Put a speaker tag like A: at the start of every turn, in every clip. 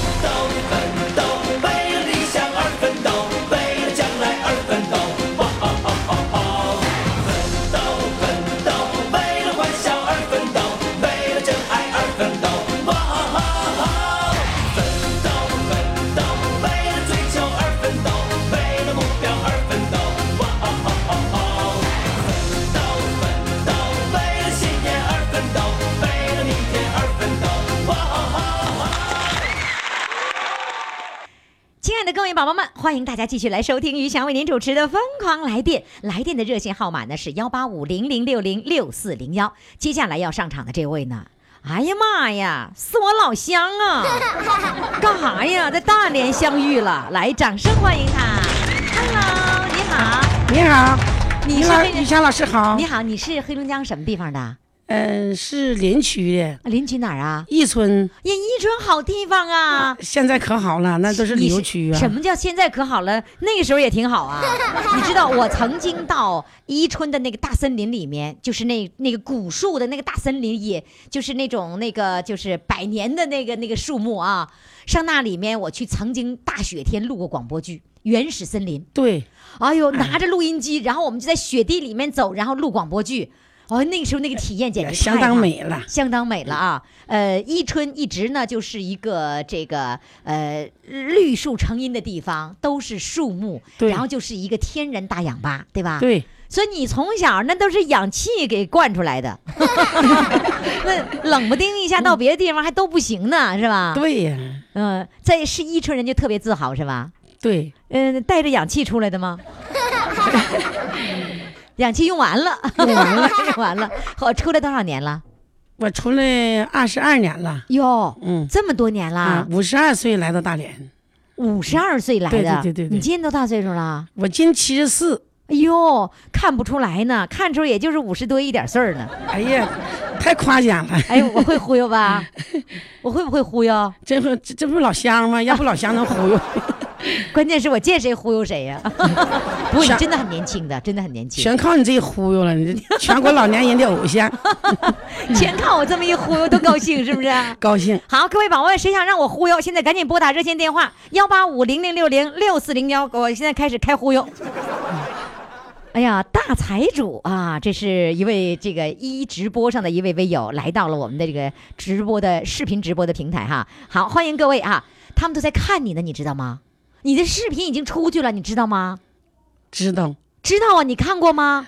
A: 奋斗，奋斗，为了理想而奋斗，为了将来而奋斗，哦哦哦哦哦！奋斗，奋斗，为了欢笑而奋斗，为了真爱而奋斗，哇哦哦哦！奋斗，奋斗，为了追求而奋斗，为了目标而奋斗，哇哦哦哦哦！奋斗，奋斗，为了信念而奋斗，为了明天而奋斗，哇哦哦哦！
B: 亲爱的各位宝宝们，欢迎大家继续来收听于翔为您主持的《疯狂来电》。来电的热线号码呢是幺八五零零六零六四零幺。接下来要上场的这位呢，哎呀妈呀，是我老乡啊！干啥呀？在大连相遇了，来，掌声欢迎他。Hello，你好，
C: 你好，
B: 你是
C: 老
B: 黑人
C: 于霞老师好
B: 你，好，你是黑龙江什么地方的？啊
C: 嗯、是林区的
B: 邻居哪儿啊？
C: 易村，
B: 呀，伊春好地方啊！
C: 现在可好了，那都是旅游区
B: 你
C: 啊。
B: 是什么叫现在可好了？那个时候也挺好 啊。你知道我曾经到伊春的那个大森林里面，就是那那个古树的那个大森林，也就是那种那个就是百年的那个那个树木啊。上那里面我去，曾经大雪天录过广播剧《原始森林》。
C: 对，
B: 哎呦，拿着录音机，然后我们就在雪地里面走，然后录广播剧。哦，那个时候那个体验简直
C: 相
B: 太
C: 当
B: 好
C: 美了
B: 相当美了啊！呃，伊春一直呢就是一个这个呃绿树成荫的地方，都是树木，
C: 对
B: 然后就是一个天然大氧吧，对吧？。
C: 对，
B: 所以你从小那都是氧气给灌出来 的，那冷不丁一下到别的地方还都不行呢，是吧？。
C: 对呀、
B: 嗯、在是伊春人就特别自豪，是吧？
C: 对，
B: 嗯、带着氧气出来的 吗？氧气用完了，用完了， 用完了。我出来多少年了？
C: 我出来二十二年了，
B: 哟，
C: 嗯
B: 这么多年
C: 啊
B: 啦，，
C: 五十二岁来到大连，
B: 五十二岁来的。
C: 对对对对对
B: 你今年多大岁数了？
C: 我今七十四，
B: 哎呦，看不出来呢，看出也就是五十多一点岁儿呢。
C: 哎呀，太夸奖了，
B: 哎呦，我会忽悠吧？我会不会忽悠？
C: 这不这这不老乡吗？要不老乡能忽 悠，
B: 关键是我见谁忽悠 谁呀、不过你
C: 想
B: 真的很年轻的，真的很年轻，
C: 全靠你自己忽悠了，你这全国老年人的偶像，
B: 全靠我这么一忽悠都高兴，是不是？
C: 高兴。
B: 好，各位宝宝们，谁想让我忽悠？现在赶紧拨打热线电话幺八五零零六零六四零幺，我现在开始开忽悠。哎呀，大财主啊！这是一位这个一直播上的一位微友来到了我们的这个直播的视频直播的平台哈。好，欢迎各位啊！他们都在看你呢，你知道吗？你的视频已经出去了，你知道吗？
C: 知道，
B: 知道啊，你看过吗？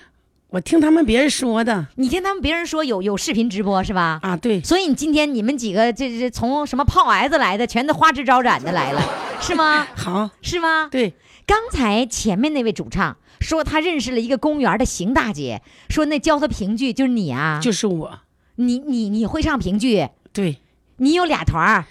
C: 我听他们别人说的
B: 你听他们别人说有有视频直播是吧？
C: 啊，对，
B: 所以你今天你们几个这这从什么炮癌子来的，全都花枝招展的 来了，是吗？
C: 好，
B: 是吗？
C: 对，
B: 刚才前面那位主唱说他认识了一个公园的邢大姐，说那教他评剧就是你啊，
C: 就是我，
B: 你你你会唱评剧，
C: 对。
B: 你有俩团儿，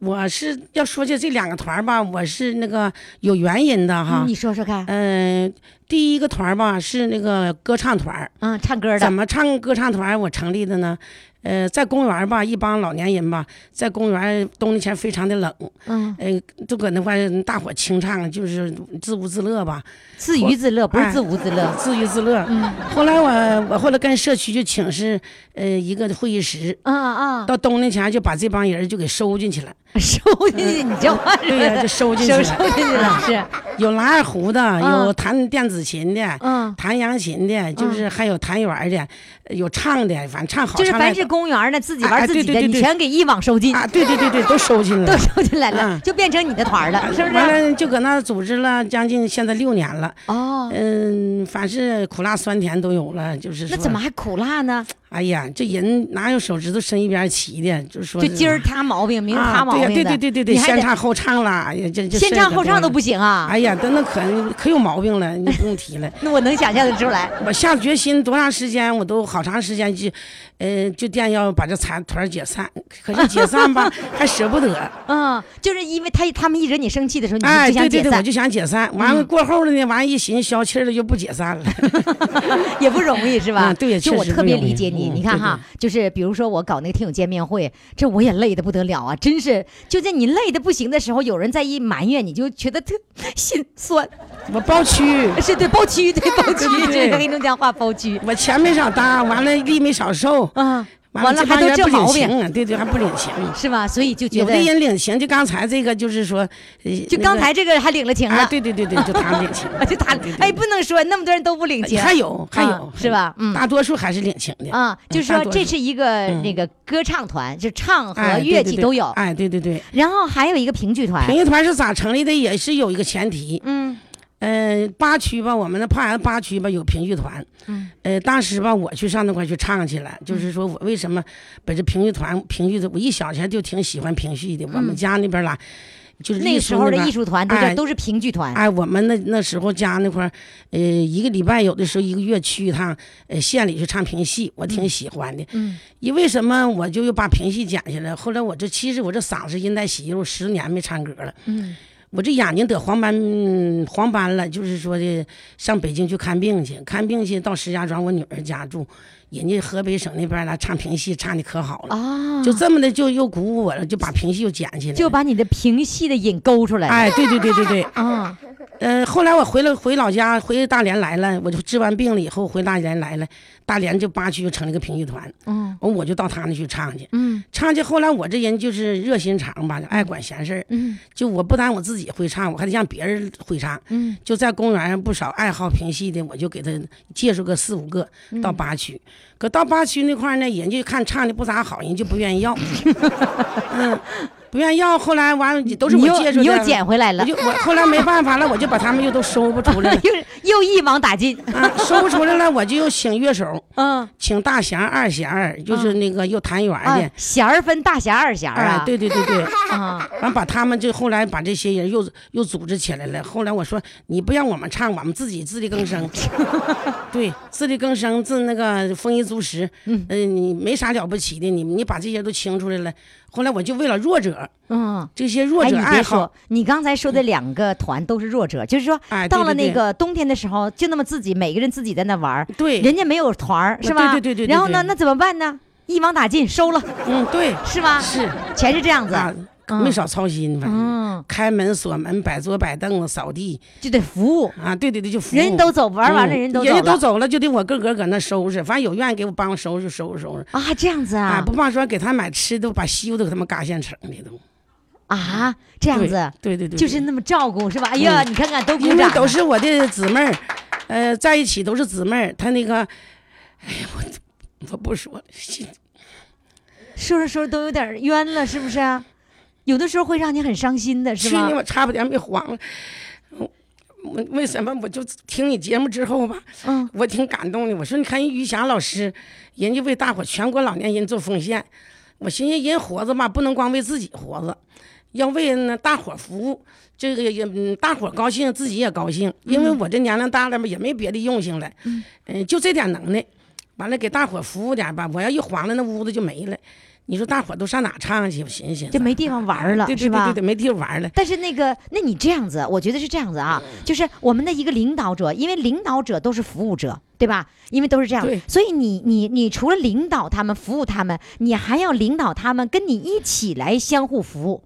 C: 我是要说起这两个团儿吧，我是那个有原因的哈。
B: 你说说看，
C: 嗯、第一个团儿吧是那个歌唱团儿，
B: 嗯，唱歌
C: 怎
B: 的，
C: 么唱歌唱团儿我成立的呢？呃，在公园儿吧，一帮老年人吧，在公园儿冬天非常的冷，
B: 嗯，
C: 呃，都搁那块儿大伙清唱，就是自娱自乐吧，
B: 自娱自乐不
C: 哎
B: 是自无自乐，嗯
C: 自娱自乐。后来我我后来跟社区就请示，呃，一个会议室，
B: 嗯嗯，
C: 到冬天前就把这帮人就给收进去了，
B: 收进去你就
C: 嗯对呀、就收进去
B: 收
C: 了。
B: 收进去了，是，
C: 有拉二胡的，
B: 嗯
C: 有弹电子琴的，
B: 嗯
C: 弹扬琴的，就是还有弹圆的，有唱的，反正唱好
B: 就是
C: 唱赖
B: 凡
C: 的
B: 是公园的自己
C: 哎
B: 玩
C: 哎
B: 自己
C: 对
B: 的，
C: 对对
B: 你
C: 对
B: 全给一网收进，
C: 啊，对对对对，都收进
B: 都
C: 了。
B: 收进来了，
C: 嗯
B: 就变成你的团儿了，是不是？
C: 完了就搁那组织了将近现在六年了，嗯
B: 哦，
C: 嗯，凡是苦辣酸甜都有了，就是
B: 那
C: 说
B: 怎么还苦辣呢？
C: 哎呀，这人哪有手指头伸一边儿齐的？就是说
B: 就是今儿他毛病，明儿他毛
C: 啊、
B: 病的，
C: 对呀对对对对
B: 你
C: 对，
B: 还
C: 先
B: 得
C: 唱后唱啦，哎呀，这这
B: 先
C: 事儿
B: 唱
C: 可
B: 后
C: 多
B: 唱都
C: 了
B: 不行啊！
C: 哎呀，那那可可有毛病了，你不用提了。
B: 那我能想象得出来。
C: 我下决心多长时间，我都好长时间就，呃，就惦要把这财团儿解散。 可是解散 吧，还舍不得。
B: 嗯，就是因为他他们一惹你生气的时候，你
C: 哎，
B: 嗯就
C: 对
B: 想
C: 对
B: 解
C: 对，我
B: 散，嗯
C: 就想解散。完了过后了呢，完了一寻思消气儿了，就不解散 了。
B: 也不容易是吧？
C: 嗯对也
B: 就
C: 确
B: 我
C: 实
B: 特
C: 不
B: 别
C: 容
B: 理
C: 易
B: 解你，
C: 嗯
B: 你看
C: 对
B: 哈，就是比如说我搞那个听友见面会，这我也累得不得了啊，真是就在你累得不行的时候，有人在一埋怨，你就觉得特心酸，
C: 我包区，
B: 是对包区，对包区，
C: 对对
B: 这
C: 对
B: 个黑龙江话包区
C: 我钱没少搭，完了力没少受，
B: 啊，完
C: 完
B: 了
C: 这
B: 还
C: 帮
B: 都
C: 人
B: 这
C: 不领
B: 毛
C: 情
B: 病
C: 啊，对对，还不领情。
B: 是吧？所以就觉
C: 有
B: 得
C: 的人领情，就刚才这个就是说，呃
B: 就刚才这个还领了情
C: 那个啊，
B: 了，
C: 对对对对，就他们领情
B: ，就他
C: 对对对
B: 哎不能说那么多人都不领情，
C: 还有还
B: 啊
C: 有
B: 是吧嗯
C: 大多数还是领情的
B: 啊，就是
C: 大
B: 说
C: 多
B: 这
C: 数
B: 是一个
C: 嗯
B: 那个歌唱团，就唱和
C: 哎对
B: 乐
C: 对
B: 器
C: 对
B: 都有，
C: 哎，对对对，
B: 然后还有一个评剧团
C: 评，议团是咋成立的？也是有一个前提，
B: 嗯
C: 嗯、八区吧，我们那炮阳八区吧有评剧团，
B: 嗯，
C: 呃，当时吧我去上那块去唱去了，就是说我为什么把这评剧团评剧的，我一小前就挺喜欢评剧的，我们家那边啦，就是
B: 嗯那个时候的艺
C: 边
B: 术团都叫
C: 哎
B: 都是评剧团，
C: 哎，我们那那时候家那块儿，呃，一个礼拜有的时候一个月去一趟，呃，县里去唱评戏，我挺喜欢的。
B: 嗯，
C: 因为什么我就又把评戏捡起来。后来我这其实我这嗓子音带息肉，十年没唱歌了。
B: 嗯，
C: 我这眼睛得黄斑嗯黄斑了，就是说的上北京去看病去，看病去到石家庄我女儿家住，人家河北省那边儿来唱评戏唱的可好了，
B: 啊，
C: 就这么的就又鼓舞我了，就把评戏又捡起来了。
B: 就把你的评戏的瘾勾出来了
C: 哎，对对对对 对。
B: 啊，
C: 呃，后来我回了回老家，回大连来了，我就治完病了以后回大连来了，大连就八区就成了一个评剧团，
B: 嗯
C: 完我就到他那去唱去，
B: 嗯
C: 唱去。后来我这人就是热心肠吧，爱管闲事儿，
B: 嗯
C: 就我不单我自己会唱，我还得让别人会唱。
B: 嗯
C: 就在公园上不少爱好评戏的，我就给他介绍个四五个
B: 嗯
C: 到八区。可到八区那块儿呢，人家看唱的不咋好，人就不愿意要， 嗯，不愿意要。后来完了都是我
B: 你又
C: 介绍的，
B: 你又捡回来了。
C: 我就我后来没办法了，我就把他们又都收不出来了
B: 哎又又一网打尽，
C: 啊，收不出来了，我就又请乐手，
B: 嗯
C: 请大弦儿、二弦儿，就是那个又弹圆儿
B: 啊
C: 的，，
B: 弦儿分大弦儿二弦儿
C: 哎
B: 啊，，
C: 对对对对，
B: 啊，
C: 完把他们就后来把这些人又又组织起来了。后来我说你不让我们唱，我们自己自力更 生，对，自力更生，自那个丰衣足食，嗯、你没啥了不起的，你你把这些都清出来了。后来我就为了弱者，
B: 嗯。
C: 这些弱
B: 哎，
C: 者
B: 你
C: 爱
B: 别
C: 好
B: 说，，你刚才说的两个团都是弱者，就是说
C: 哎，对
B: 到
C: 对
B: 了那
C: 对
B: 个冬天的时候，就那么自己每个人自己在那玩儿，
C: 对
B: 人家没有团儿，是
C: 对
B: 吧？
C: 对对对对
B: 然后呢，
C: 对
B: 那怎么办呢？一网打尽，收了，
C: 嗯，对，
B: 是吧？
C: 是
B: 全是这样子，
C: 啊，没少操心，反正。
B: 嗯，
C: 开门锁门，摆桌摆凳子，扫地
B: 就得服务。
C: 啊，对对对，就服务
B: 人都走玩完了
C: 嗯
B: 人都
C: 人家
B: 走了
C: 都走了，就得我个个搁那收拾，反正有愿意给我帮我收拾收拾收拾。
B: 啊，这样子
C: 啊，
B: 啊
C: 不怕说给他买吃的，把西柚都给他们嘎现成的都。
B: 啊，这样子，
C: 对对对对
B: 就是那么照顾是吧？哎呀，
C: 嗯
B: 你看看都鼓
C: 因为
B: 掌啊了，
C: 都是我的姊妹儿，呃，在一起都是姊妹儿。她那个，哎呀，我我不说了，
B: 说着说着都有点冤了，是不是啊？有的时候会让你很伤心的，是
C: 去
B: 吗
C: 年？我差不点没黄了。我我为什么我就听你节目之后吧，
B: 嗯，
C: 我挺感动的。我说你看人于霞老师，人家为大伙全国老年人做奉献，我寻思人活着吧，不能光为自己活着，要为那大伙服务。这个也、嗯、大伙高兴，自己也高兴，因为
B: 嗯
C: 我这年龄大了嘛，也没别的用性了，嗯、就这点能耐。完了，给大伙服务点吧。我要一黄了，那屋子就没了。你说大伙都上哪唱去？我寻思寻思，
B: 就没地方玩了，
C: 对
B: 是
C: 对对
B: 吧
C: 对对，？没地方玩了。
B: 但是那个，那你这样子，我觉得是这样子啊，就是我们的一个领导者，因为领导者都是服务者，对吧？因为都是这样
C: 对，
B: 所以你你你除了领导他们、服务他们，你还要领导他们跟你一起来相互服务。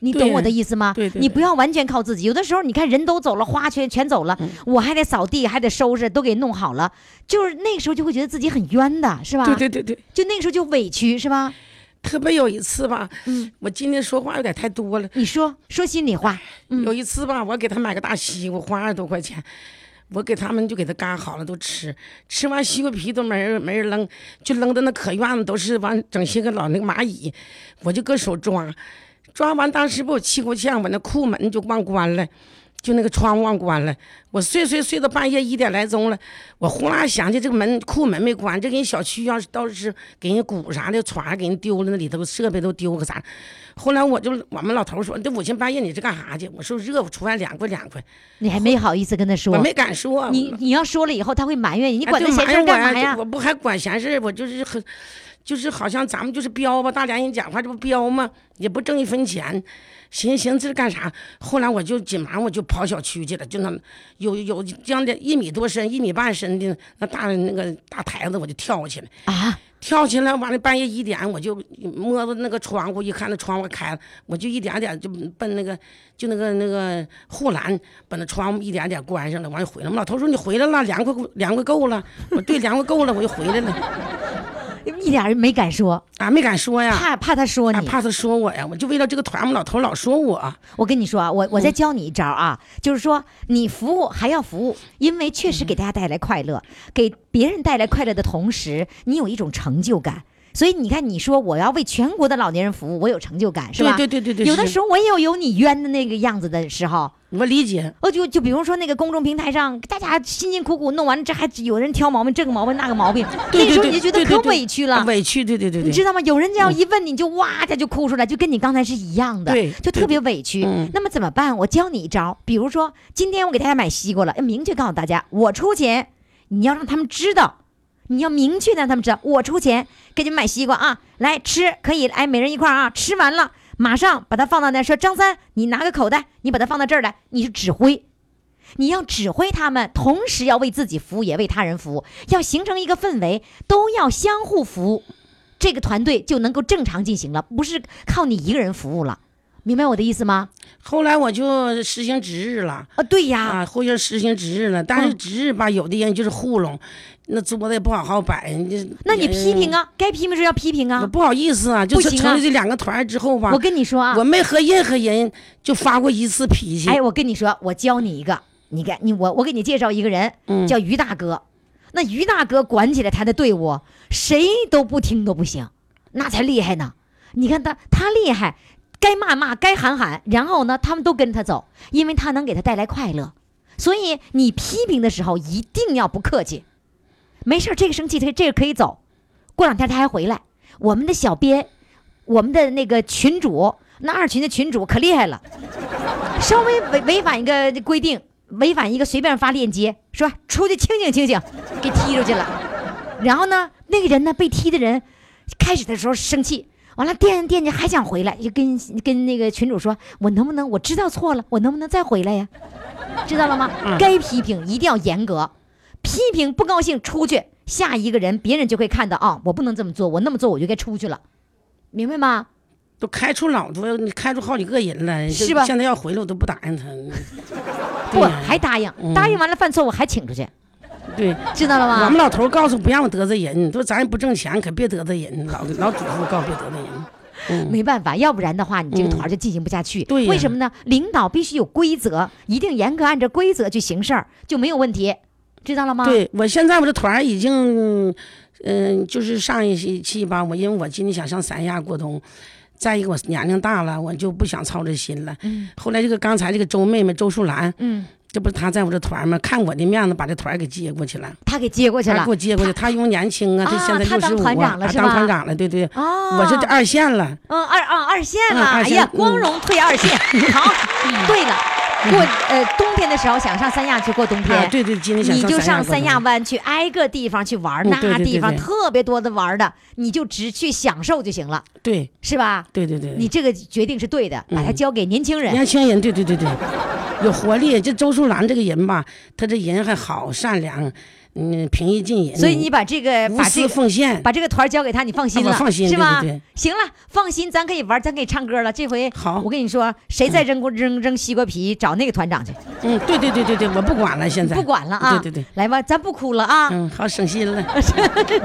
B: 你懂
C: 对
B: 我的意思吗？
C: 对对
B: 你
C: 对
B: 不要完全靠自己。有的时候，你看人都走了，花全全走
C: 嗯
B: 了，我还得扫地，还得收拾，都给弄好了，就是那个时候就会觉得自己很冤的，是吧？
C: 对对对对。
B: 就那个时候就委屈，是吧？
C: 特别有一次吧，
B: 嗯
C: 我今天说话有点太多了。
B: 你说说心里话，
C: 有一次吧，我给他买个大西瓜，花二十多块钱，我给他们就给他嘎好了，都吃。吃完西瓜皮都没人没人扔，就扔到那可院子，都是完整些个老那个蚂蚁，我就搁手抓，抓完当时把我气够呛，我那裤门就忘关了。就那个窗户忘关了。我睡睡睡到半夜一点来钟了，我呼啦想起这个门库门没关，这人小区要是到时给人鼓啥的，床上给人丢了，那里头设备都丢个啥。后来我就我们老头说：“这五更半夜你这干啥去？”我说：“热乎，出来凉快凉快。
B: 你还没好意思跟他”说
C: 我，没敢说。
B: 你你要说了以后他会埋怨你，你
C: 哎
B: 管
C: 对
B: 他闲事
C: 埋
B: 儿
C: 怨
B: 干
C: 我
B: 嘛呀
C: 就？我不还管闲事儿我就是很，就是好像咱们就是彪吧，大连人讲话这不彪吗？也不挣一分钱，寻思寻思这是干啥？后来我就紧忙我就跑小区去了，就那么有有将近一米多深、一米半深的那大那个大台子，我就跳过去了。
B: 啊，
C: 跳起来，完了半夜一点，我就摸着那个窗户，一看那窗户开了，我就一点点就奔那个就那个那个护栏，把那窗户一点点关上了，完了回来。我们老头说你回来了，凉快够凉快够了。我说对，凉快够了，我就回来了。
B: 一点儿没敢说，
C: 啊，没敢说呀，
B: 怕怕他说
C: 啊
B: 你。
C: 怕他说我呀，我就为了这个团，我们老头老说我。
B: 我跟你说啊，我我再
C: 嗯
B: 教你一招啊，就是说你服务还要服务，因为确
C: 嗯
B: 实给大家带来快乐，给别人带来快乐的同时，你有一种成就感。所以你看，你说我要为全国的老年人服务，我有成就感，是吧？
C: 对对对对对
B: 有的
C: 是
B: 时候我也有有你冤的那个样子的时候，
C: 我理解，
B: 哦，就就比如说那个公众平台上，大家辛辛苦苦弄完了，这还有人挑毛病，这个毛病那个毛病，
C: 对
B: 那
C: 对
B: 时候
C: 对，
B: 你就觉得
C: 对对
B: 可
C: 对
B: 委屈了。
C: 委屈，对对对
B: 你
C: 对，嗯
B: 知道吗？有人这样一问，你就哇一下就哭出来，就跟你刚才是一样的，
C: 对
B: 就特别委屈。
C: 嗯
B: 那么怎么办？我教你一招，比如说今天我给大家买西瓜了，要明确告诉大家我出钱，你要让他们知道，你要明确地让他们知道我出钱给你们买西瓜啊，来吃可以，哎，每人一块儿啊，吃完了马上把它放到那，说张三，你拿个口袋，你把它放到这儿来，你是指挥。你要指挥他们，同时要为自己服务，也为他人服务，要形成一个氛围，都要相互服务，这个团队就能够正常进行了，不是靠你一个人服务了，明白我的意思吗？
C: 后来我就实行值日了。
B: 啊，嗯对呀，
C: 啊，后院实行值日了，但是值日吧，有的人就是糊弄，那桌子也不好好摆，你
B: 那你批评啊，该批评时候要批评
C: 我
B: 啊。
C: 不好意思啊，就
B: 不
C: 是
B: 行啊
C: 成立这两个团儿之后吧，
B: 我跟你说啊
C: 我，没和任何人就发过一次脾气。
B: 哎，我跟你说，我教你一个，你看你我我给你介绍一个人，叫于大哥。那于大哥管起来他的队伍，谁都不听都不行，那才厉害呢。你看他他厉害，该骂骂，该喊喊，然后呢，他们都跟他走，因为他能给他带来快乐。所以你批评的时候一定要不客气，没事儿这个生气，这这个可以走，过两天他还回来。我们的小编，我们的那个群主，那二群的群主可厉害了。稍微违违反一个规定，违反一个随便发链接，说出去清醒清醒，给踢出去了。然后呢，那个人呢被踢的人，开始的时候生气，完了惦记惦记还想回来，就跟跟那个群主说，我能不能我知道错了，我能不能再回来呀？知道了吗？该批评一定要严格，批评不高兴出去，下一个人别人就会看到啊、我不能这么做，我那么做我就该出去了，明白吗？
C: 都开除老多，你开除好几个人了，
B: 是
C: 就
B: 吧
C: 现在要回来我都不答应他。
B: 不，还答应，答应完了犯错误还请出去，
C: 对，
B: 知道了吗？
C: 我们老头儿告诉不让我得罪人，说咱也不挣钱，可别得罪人。老老嘱咐告别得罪人。嗯
B: 没办法，要不然的话，你这个团儿就进行不下去。
C: 对呀
B: 为什么呢？领导必须有规则，一定严格按照规则去行事儿，就没有问题，知道了吗？，
C: 对我现在我这团儿已经，嗯、就是上一期期吧，我因为我今年想上三亚过冬，再一个我年龄大了，我就不想操这心了。后来这个刚才这个周妹妹周树兰，
B: 嗯，
C: 这不是她在我这团儿吗？看我的面子，把这团儿给接过去了，
B: 他给接过去
C: 她
B: 了
C: 给我。接过去，她因为年轻啊，
B: 啊
C: 她现在
B: 她
C: 六
B: 当
C: 十五，
B: 团长了
C: 啊
B: 是
C: 当
B: 吧
C: 团长了，对对，
B: 哦
C: 我是这二线了。
B: 嗯，二啊二线了，
C: 嗯二
B: 哎
C: 线
B: 呀，光荣退二 线。好，对了，过呃冬天的时候想上三亚去过冬
C: 啊
B: 天，，
C: 对对，今年想
B: 你就
C: 上
B: 上三
C: 过
B: 亚
C: 冬
B: 湾去挨个地方去玩
C: 嗯
B: 儿，
C: 对
B: 那
C: 对对
B: 地方
C: 对
B: 特别多的玩儿的，你就只去享受就行了，
C: 对
B: 是吧？
C: 对对嗯对，
B: 你这个决定是对的，把它交给年轻人。
C: 年轻人，对对对对，有活力。这周树兰这个人吧，她这人还好，善良，嗯，平易近人，
B: 所以你把这个
C: 无
B: 把这
C: 私
B: 个
C: 奉献。
B: 把这个团儿交给他，你放心
C: 啊
B: 了，
C: 我放心
B: 是吧？
C: 对对对
B: 行了，放心，咱可以玩，咱可以唱歌了。这回
C: 好
B: 我跟你说，谁再扔过扔扔西瓜皮，找那个团长去，
C: 嗯，对对对对对，我不管了，现在
B: 不管了啊！
C: 对对对，
B: 来吧，咱不哭了啊，
C: 嗯，好省心了。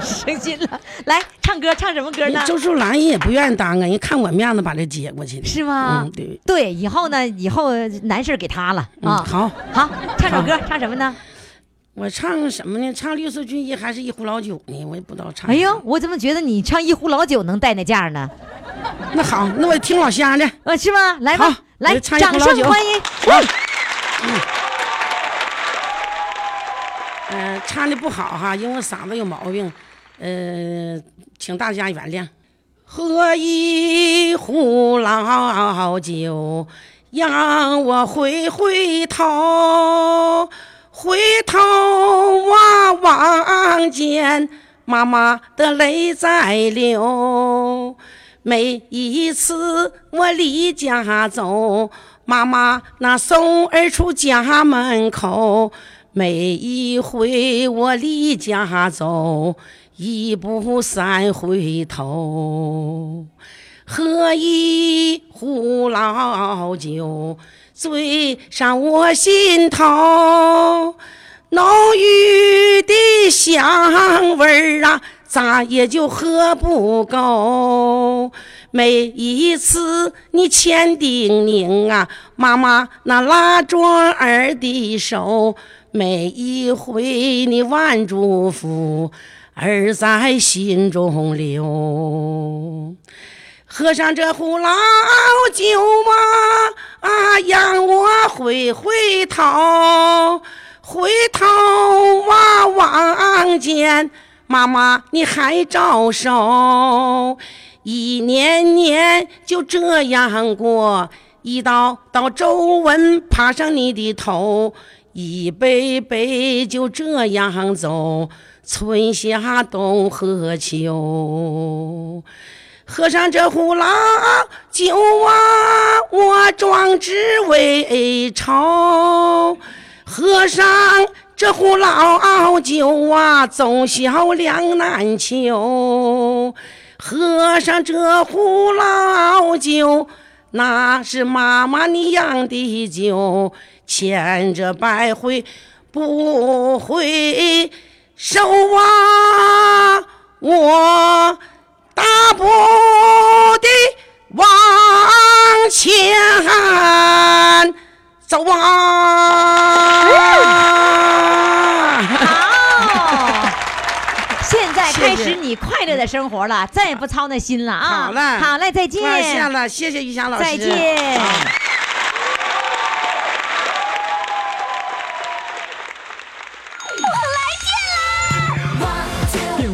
B: 省心了。来唱歌，唱什么歌呢？
C: 周树兰人也不愿意当啊，人看我面子把这接过去的。
B: 是啊吗？
C: 嗯对
B: 对，以后呢，以后难事儿给他了
C: 嗯，
B: 啊。
C: 好，
B: 好，唱首歌，唱什么呢？
C: 我唱什么呢？唱绿色军衣还是一壶老酒呢？我也不知道唱。
B: 哎呦，，我怎么觉得你唱一壶老酒能带那价儿呢？
C: 那好，那我听老乡的。
B: 呃，是吗？来吧
C: 好，
B: 来，
C: 我唱一壶
B: 掌
C: 老
B: 声
C: 酒
B: 欢迎。
C: 好，嗯、呃唱的不好哈，因为我嗓子有毛病，呃，请大家原谅。喝一壶老酒，让我回回头，回头望望见妈妈的泪在流。每一次我离家走，妈妈那送儿出家门口。每一回我离家走，一步三回头。喝一壶老酒，醉上我心头。浓郁的香味儿啊，咋也就喝不够。每一次你千叮咛啊，妈妈那拉住儿的手；每一回你万嘱咐，儿在心中留。喝上这壶老酒啊，啊，让我回回头，回头望望见妈妈你还招手，一年年就这样过，一道道皱纹爬上你的头，一杯杯就这样走，春夏冬和秋。喝上这壶老酒啊，我壮志未酬；喝上这壶老酒啊，总消两难求。喝上这壶老酒，那是妈妈你酿的酒，千折百回不回首啊，我。大步地往前走
B: 哎
C: 啊！
B: 好，哦现在开
C: 谢
B: 始
C: 谢
B: 你快乐的生活了，再也不操那心了啊！
C: 好了，
B: 好嘞，再见，
C: 放下了，谢谢于霞老师，
B: 再见。
D: 电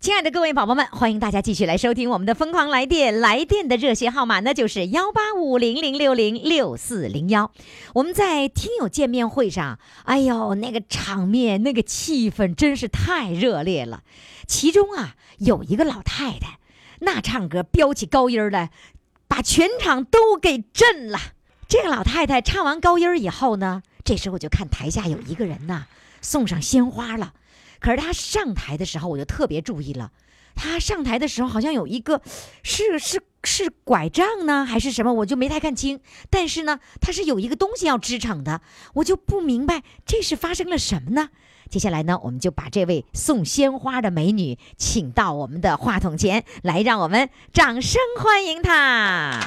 B: 亲爱的各位宝宝们，欢迎大家继续来收听我们的《疯狂来电》，来电的热线号码呢就是幺八五零零六零六四零幺。我们在听友见面会上，哎呦，那个场面、那个气氛真是太热烈了。其中啊，有一个老太太，那唱歌飙起高音儿来，把全场都给震了。这个老太太唱完高音儿以后呢，这时候我就看台下有一个人呐，送上鲜花了。可是他上台的时候，我就特别注意了，他上台的时候好像有一个是是是拐杖呢，还是什么，我就没太看清。但是呢，他是有一个东西要支撑的，我就不明白这是发生了什么呢？接下来呢，我们就把这位送鲜花的美女请到我们的话筒前来，让我们掌声欢迎她。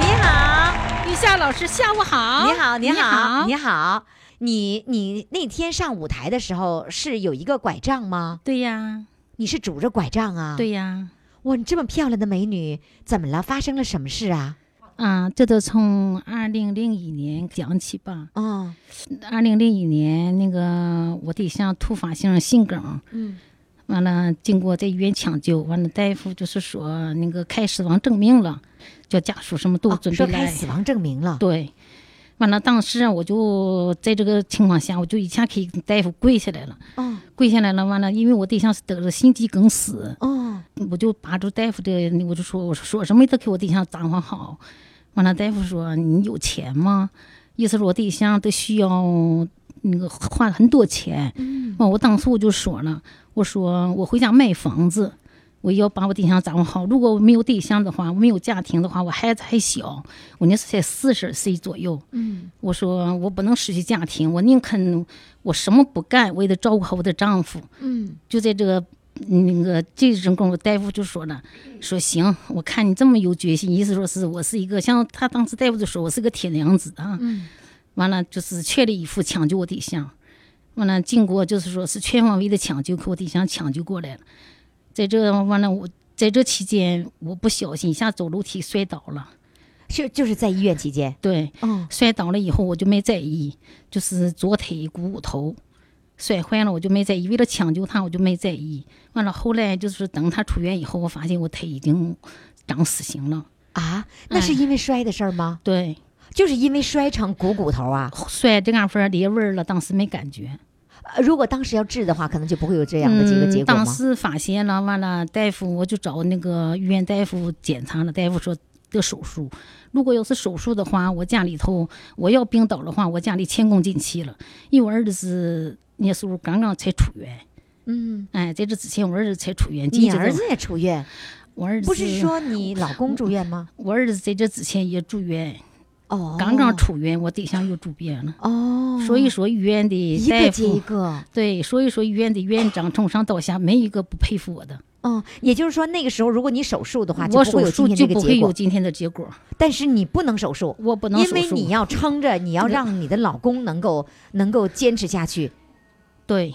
B: 你好。
E: 玉夏老师，下午好。
B: 你好，你好，你
E: 你好。
B: 好，你你那天上舞台的时候是有一个拐杖吗？
E: 对呀，
B: 你是拄着拐杖啊？，
E: 对呀，
B: 哇，你这么漂亮的美女，怎么了？发生了什么事啊？
E: 啊，这都从二零零一年讲起吧。
B: 哦，
E: 二零零一年，那个我对象突发性心梗，
B: 嗯，
E: 完了经过在医院抢救，完了大夫就是说那个开死亡证明了，叫家属什么都
B: 哦
E: 准备
B: 说
E: 来。
B: 开死亡证明了。
E: 对，完了当时啊我就在这个情况下，我就一下给大夫跪下来了，
B: 哦
E: 跪下来了，完了因为我对象是得了心肌梗死，
B: 哦，
E: 我就把住大夫的，我就说，我说说什么都给我对象张皇好。完了，大夫说你有钱吗？意思是我对象都需要那个花很多钱。完、我当时我就说了，我说我回家卖房子，我要把我对象掌握好。如果我没有对象的话，我没有家庭的话，我孩子还小，我那时才四十岁左右。嗯，我说我不能失去家庭，我宁肯我什么不干，我也得照顾好我的丈夫。
B: 嗯
E: 就在这个那个这种工作，大夫就说了，说行，我看你这么有决心，意思说是我是一个，像他当时大夫就说我是个铁娘子啊，完了就是全力以赴抢救我对象，完了经过就是说是全方位的抢救，给我对象抢救过来了，在这完了我在这期间我不小心一下走楼梯摔倒了，
B: 就就是在医院期间，
E: 对，
B: 嗯，
E: 摔倒了以后我就没在意，就是左腿股骨头摔坏了，我就没在意。为了抢救他，我就没在意。完了，后来就是等他出院以后，我发现我腿已经长死形了。
B: 啊，那是因为摔的事儿吗？
E: 对，
B: 就是因为摔成股骨头啊。
E: 摔这样分儿裂纹儿了，当时没感觉。
B: 呃如果当时要治的话，可能就不会有这样的这个结
E: 嗯、
B: 果吗
E: 当？时发现了，完了，大夫我就找那个医院大夫检查了，大夫说得手术。如果要是手术的话，我家里头我要病倒的话，我家里前功尽弃了，因为我儿子是那时候刚刚才出院。
B: 嗯，
E: 哎，在这之前我儿子才出院，
B: 你
E: 记着
B: 儿
E: 呢
B: 子也出院，
E: 我儿子
B: 不是说你老公住院吗？
E: 我儿子在这之前也住院，
B: 哦，
E: 嗯刚刚出院，我对象又住院了。
B: 哦，
E: 所以说医院的
B: 一个
E: 大
B: 接一
E: 夫，
B: 个。
E: 对，所以说医院的院长从上到下没一个不佩服我的。
B: 嗯，也就是说那个时候，如果你手术的话，
E: 我
B: 就不
E: 手
B: 会有今
E: 术
B: 天
E: 就
B: 这个
E: 不
B: 结
E: 会有
B: 果。
E: 今天的结果，
B: 但是你不能手术，
E: 我不能
B: 因
E: 手
B: 为
E: 术。
B: 你要撑着，你要让你的老公能够能够坚持下去。
E: 对，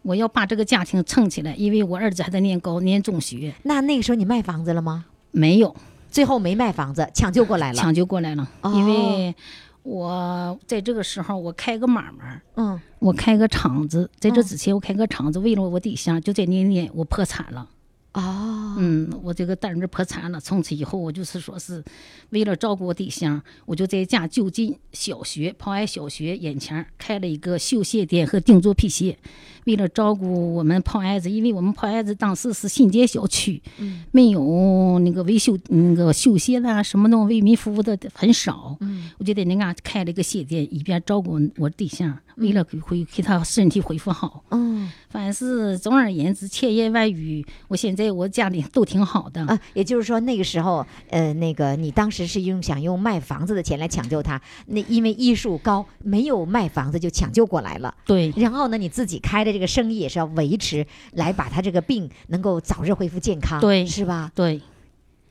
E: 我要把这个家庭撑起来，因为我儿子还在念高念中学，
B: 那那个时候你卖房子了吗？
E: 没有
B: 最后没卖房子，抢救过来了。
E: 抢救过来了，
B: 哦
E: 因为我在这个时候我开个买卖。
B: 嗯，
E: 我开个厂子，在这
B: 嗯
E: 之前我开个厂子，为了我对象，就在那年我破产了。
B: 哦，
E: 嗯，我这个单位破产了，从此以后我就是说是为了照顾我对象，我就在家就近小学抛爱小学眼前儿开了一个绣鞋店和定做皮鞋，为了照顾我们抛爱子，因为我们抛爱子当时是新街小区，没有那个维修那个绣鞋的啊什么弄为民服务的很少，我就在那嘎开了一个鞋店，一边照顾我对象，为了给回给他身体恢复好。
B: 嗯
E: 反正是总而言之，千言万语，我现在我家里都挺好的。
B: 啊，也就是说那个时候，呃，那个你当时是用想用卖房子的钱来抢救他，那因为医术高，没有卖房子就抢救过来了。
E: 对
B: 然后呢，你自己开的这个生意也是要维持，来把他这个病能够早日恢复健康，
E: 对
B: 是吧？
E: 对，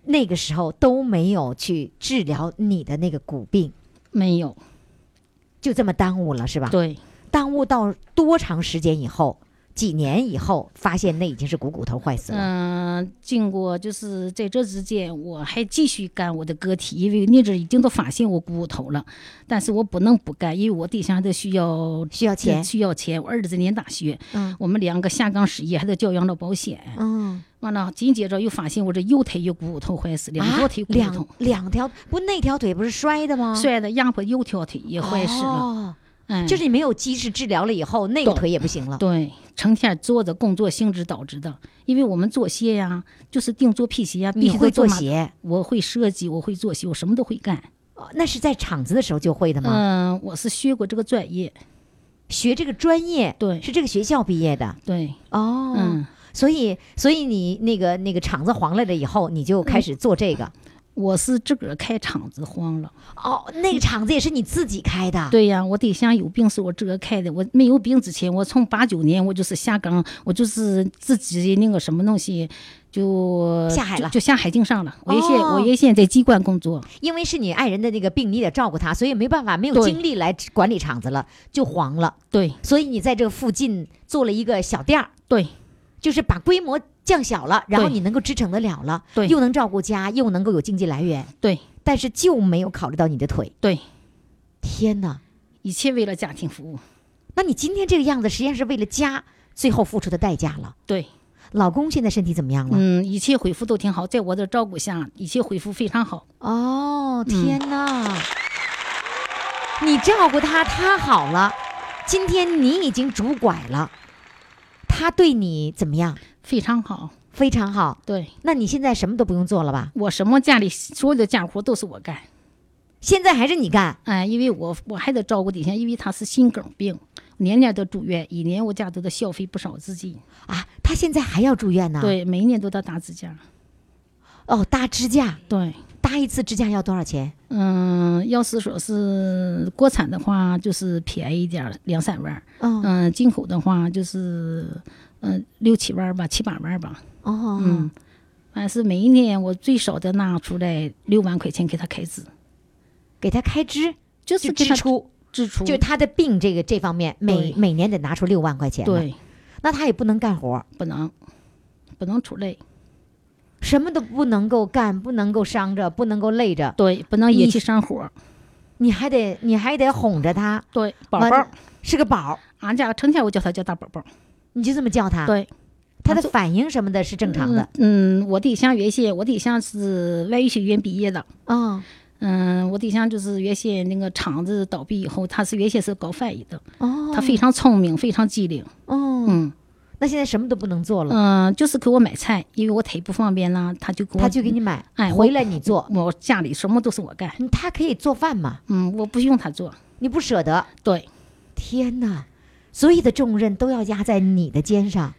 B: 那个时候都没有去治疗你的那个骨病，
E: 没有
B: 就这么耽误了，是吧？
E: 对，
B: 耽误到多长时间以后？几年以后发现那已经是股骨头坏死了。
E: 嗯、经过就是在这之间，我还继续干我的个体，因为那阵儿已经都发现我骨头了，但是我不能不干，因为我对象都需要
B: 需要钱，
E: 需要钱，我儿子念大学，
B: 嗯
E: 我们两个下岗失业，还得交养老保险。
B: 嗯，
E: 完了，紧接着又发现我这右腿右股骨头坏死，两条腿
B: 啊
E: 骨头
B: 两两条不那条腿不是摔的吗？
E: 摔的压迫右条腿也坏死了，
B: 哦
E: 哎，
B: 就是你没有及时治疗了以后，那个
E: 懂
B: 腿也不行了。
E: 对，成天坐着工作性质导致的，因为我们做鞋呀、就是定做皮鞋呀、必
B: 你
E: 须得
B: 会做
E: 马。
B: 鞋，
E: 我会设计，我会做鞋，我什么都会干。
B: 哦那是在厂子的时候就会的吗？
E: 嗯、我是学过这个专业，
B: 学这个专业，
E: 对
B: 是这个学校毕业的
E: 对，
B: 哦。
E: 嗯，
B: 所以，所以你那个那个厂子黄了了以后，你就
E: 嗯
B: 开始做这个。
E: 我是自个儿开厂子荒了。
B: 哦，那个厂子也是你自己开的。，
E: 对呀，我对象有病是我自个儿开的，我没有病之前，我从八九年我就是下岗，我就是自己那个什么东西。就
B: 下海
E: 就
B: 了
E: 就下海经上了。我原先、
B: 哦
E: 我原先在机关工作，
B: 因为是你爱人的那个病，你得照顾他，所以没办法，没有
E: 对
B: 精力来管理厂子了，就黄了。
E: 对
B: 所以你在这个附近做了一个小店儿，
E: 对
B: 就是把规模降小了，然后
E: 对
B: 你能够支撑得了了，
E: 对
B: 又能照顾家，又能够有经济来源，
E: 对
B: 但是就没有考虑到你的腿。
E: 对，
B: 天哪！
E: 一切为了家庭服务。
B: 那你今天这个样子，实际上是为了家最后付出的代价了。
E: 对，
B: 老公现在身体怎么样了？
E: 嗯，一切恢复都挺好，在我的照顾下，一切恢复非常好。嗯
B: 哦，天哪！你照顾他，他好了。今天你已经拄拐了，他对你怎么样？
E: 非常好。
B: 非常好。
E: 对
B: 那你现在什么都不用做了吧？
E: 我什么家里所有的家务活都是我干，
B: 现在还是你干？
E: 哎，因为我我还得照顾对象，因为他是心梗病，年年都住院，一年我家都得消费不少资金，
B: 啊，他现在还要住院呢。，
E: 对，每一年都得打支架，
B: 哦，搭支架，
E: 对，
B: 搭一次支架要多少钱？
E: 嗯，要是说是国产的话，就是便宜一点儿，两三万儿，
B: 嗯，
E: 嗯，进口的话就是嗯、六七万儿吧，七八万儿吧，
B: 哦，
E: 嗯，完是每一年我最少的拿出来六万块钱给他开支，
B: 给他开支
E: 就是
B: 就
E: 给
B: 支
E: 他
B: 出，
E: 支出，
B: 就他的病这个这方面，每
E: 对
B: 每年得拿出六万块钱。，
E: 对，
B: 那他也不能干活，
E: 不能不能出累，
B: 什么都不能够干，不能够伤着，不能够累着，
E: 对，不能
B: 你
E: 野气上火，
B: 你还得你还得哄着他，
E: 对，宝
B: 完
E: 宝儿，
B: 是个宝儿，
E: 俺家成天我叫他叫大宝宝儿，
B: 你就这么叫他。
E: 对，
B: 他的反应什么的是啊正常的。
E: 嗯，我对象原先我对象是外语学院毕业的，
B: 哦
E: 嗯，我对象就是原先那个厂子倒闭以后，他是原先是搞翻译的，
B: 哦，
E: 嗯他非常聪明，非常机灵，
B: 哦，
E: 嗯
B: 那现在什么都不能做了，
E: 嗯、就是给我买菜，因为我腿不方便啦，他就给我
B: 他就给你买
E: 哎，我
B: 回来你做。
E: 我家里什么都是我干，
B: 嗯他可以做饭嘛？
E: 嗯，我不用他做，
B: 你不舍得？
E: 对，
B: 天哪，所有的重任都要压在你的肩上。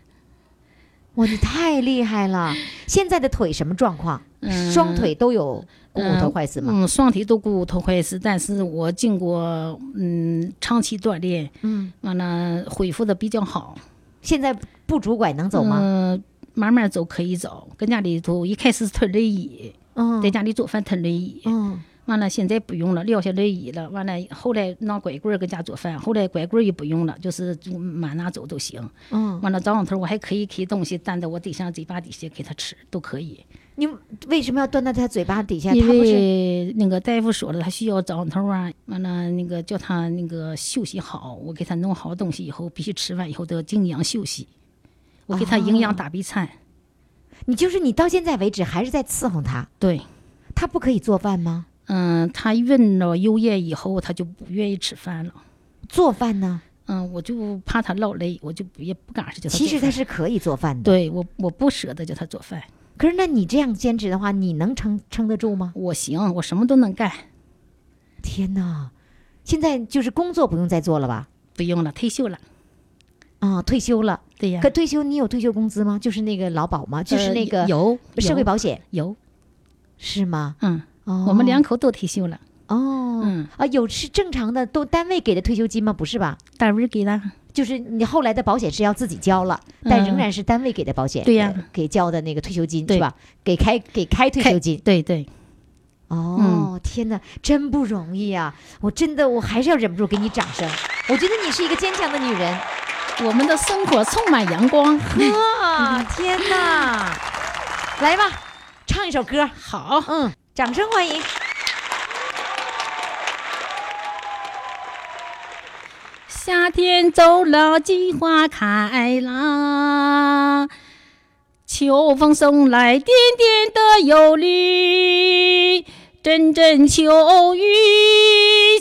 B: 哇，你太厉害 了！现在的腿什么状况？
E: 嗯
B: 双腿都有股骨头坏死吗？
E: 嗯，双腿都骨头坏死，但是我经过嗯长期锻炼，
B: 嗯，
E: 完了恢复的比较好，
B: 现在不拄拐能走吗？
E: 嗯、慢慢走可以走，跟家里头一开始是推轮椅，
B: 嗯，
E: 在家里做饭推轮椅，
B: 嗯，
E: 完了，现在不用了，撂下轮椅了。完了，后来拿拐棍儿搁家做饭，后来拐棍儿也不用了，就是就满哪走都行。
B: 嗯，
E: 完了，早上头我还可以给东西担到我对象嘴巴底下给他吃，都可以。
B: 你为什么要端到他嘴巴底下？
E: 因
B: 他不是
E: 为那个大夫说了，他需要早上头啊，完了那个叫他那个休息好，我给他弄好东西以后，必须吃完以后都要营养休息。我给他营养打比
B: 哦
E: 餐，
B: 你就是你到现在为止还是在伺候他，
E: 对，
B: 他不可以做饭吗？
E: 嗯，他润了幽液以后，他就不愿意吃饭了。
B: 做饭呢？
E: 嗯，我就怕他落泪，我就不也不敢是叫他做饭。
B: 其实他是可以做饭的。
E: 对我，我不舍得叫他做饭，
B: 可是那你这样坚持的话，你能撑撑得住吗？
E: 我行，我什么都能干，
B: 天哪，现在就是工作不用再做了吧？
E: 不用了，退休了。
B: 啊、退休了。
E: 对呀，
B: 可退休你有退休工资吗？就是那个劳保吗？就是
E: 嗯呃
B: 那个
E: 有
B: 社会
E: 有
B: 保险
E: 有，
B: 是吗？
E: 嗯，
B: 哦，
E: 我们两口都退休了，
B: 哦，
E: 嗯，
B: 啊，有是正常的，都单位给的退休金吗？不是吧？
E: 单位给的，
B: 就是你后来的保险是要自己交了，但
E: 嗯
B: 仍然是单位给的保险，
E: 对呀
B: 呃给交的那个退休金
E: 对
B: 是吧？给开给开退休金。
E: 对对，
B: 哦，天哪，真不容易啊！我真的，我还是要忍不住给你掌声。我觉得你是一个坚强的女 人
E: 我们的生活充满阳光。
B: 啊！天 哪，来吧，唱一首歌，
E: 好，
B: 嗯，掌声欢迎。
E: 夏天走了，菊花开啦，秋风送来点点的忧虑，阵阵秋雨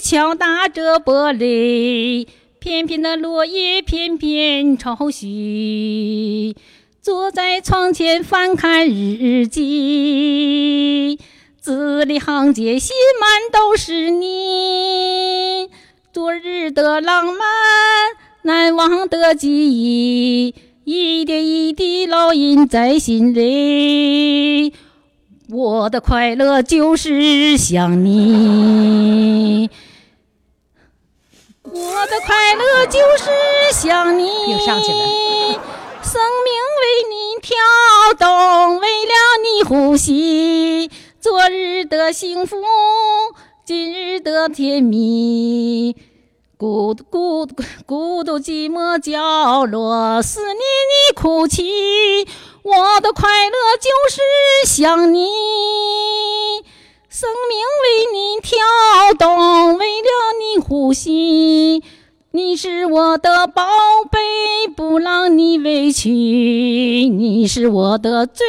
E: 敲打着玻璃，片片的落叶片片愁绪。坐在窗前翻看日记，字里行间写满都是你。昨日的浪漫，难忘的记忆，一点一滴烙印在心里。我的快乐就是想你，我的快乐就是想你。
B: 又上去了
E: 生命为你跳动，为了你呼吸。昨日的幸福，今日的甜蜜，孤孤孤独寂寞角落，思念你哭泣。我的快乐就是想你，生命为你跳动，为了你呼吸。你是我的宝贝，不让你委屈；你是我的最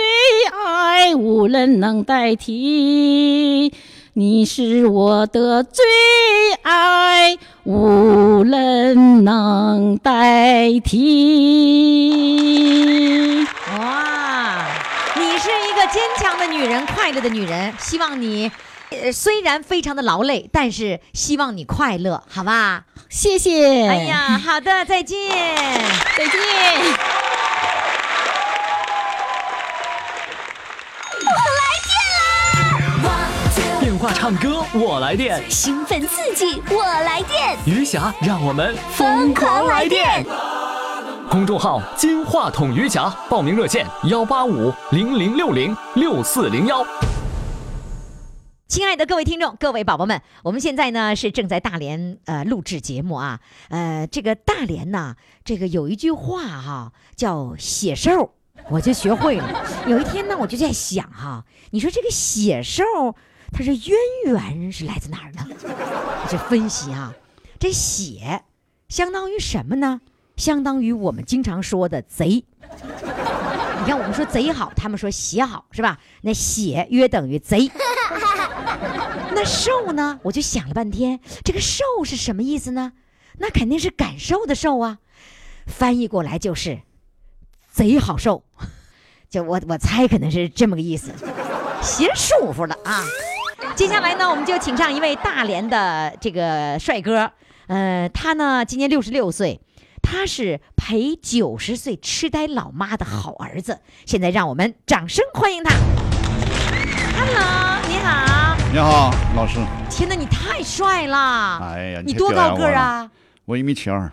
E: 爱，无人能代替。你是我的最爱，无人能代替。
B: 哇，你是一个坚强的女人，快乐的女人。希望你，呃，虽然非常的劳累，但是希望你快乐，好吧？
E: 谢谢，
B: 哎，呀，好的，再见。
E: 再见。
D: 电话唱歌我来电，
F: 兴奋刺激，我来电。
D: 余霞让我们疯
F: 狂来电！
D: 公众号“金话筒余霞”，报名热线：幺八五零零六零六四零幺。
B: 亲爱的各位听众，各位宝宝们，我们现在呢是正在大连呃录制节目啊，呃，这个大连呐，这个有一句话哈、叫“血兽”， 我就学会了。有一天呢，我就在想哈、你说这个血兽它是渊源是来自哪儿呢？我就分析啊，这血相当于什么呢？相当于我们经常说的贼。你看，我们说贼好，他们说血好，是吧？那血约等于贼。那受呢？我就想了半天，这个受是什么意思呢？那肯定是感受的受啊，翻译过来就是贼好受，就我我猜可能是这么个意思，鞋舒服了啊。接下来呢，我们就请上一位大连的这个帅哥，呃，他呢今年六十六岁，他是陪九十岁痴呆老妈的好儿子。现在让我们掌声欢迎他。Hello，你好。
G: 你好，老师。
B: 天哪，你太帅了！
G: 哎呀，
B: 你
G: 还
B: 多
G: 表扬
B: 高个儿啊？
G: 我？我一米七 二。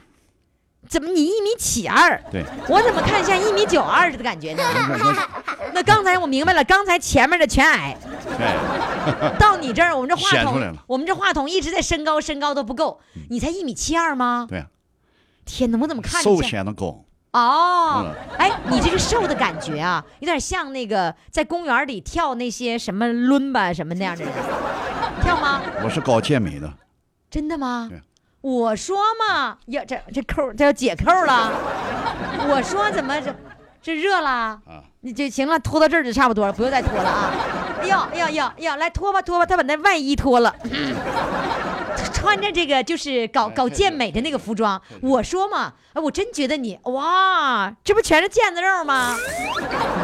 B: 怎么你一米七二？
G: 对，
B: 我怎么看像一米九二的感觉 呢？
G: 我我
B: 那刚才我明白了，刚才前面的全矮，
G: 对，
B: 到你这儿，我们这话
G: 显出来
B: 筒
G: 了，嗯
B: 我们这话筒一直在升高，升高都不够。你才一米七二吗？
G: 对，
B: 天哪，我怎么看
G: 瘦
B: 你像？
G: 显得高。
B: 哦，哎，你这个瘦的感觉啊，有点像那个在公园里跳那些什么伦巴什么那 样的人，跳吗？
G: 我是搞健美的，
B: 真的吗
G: 对？
B: 我说嘛，呀，这这扣儿这要解扣儿了。 我说怎么这这热了啊？你就行了，脱到这儿就差不多了，不用再脱了啊！哎呦哎呦哎呦哎呦，来脱吧脱吧，他把那外衣脱了， 穿着这个就是
G: 哎
B: 搞搞健美的那个服装。我说嘛，哎，我真觉得你哇，这不全是腱子肉吗？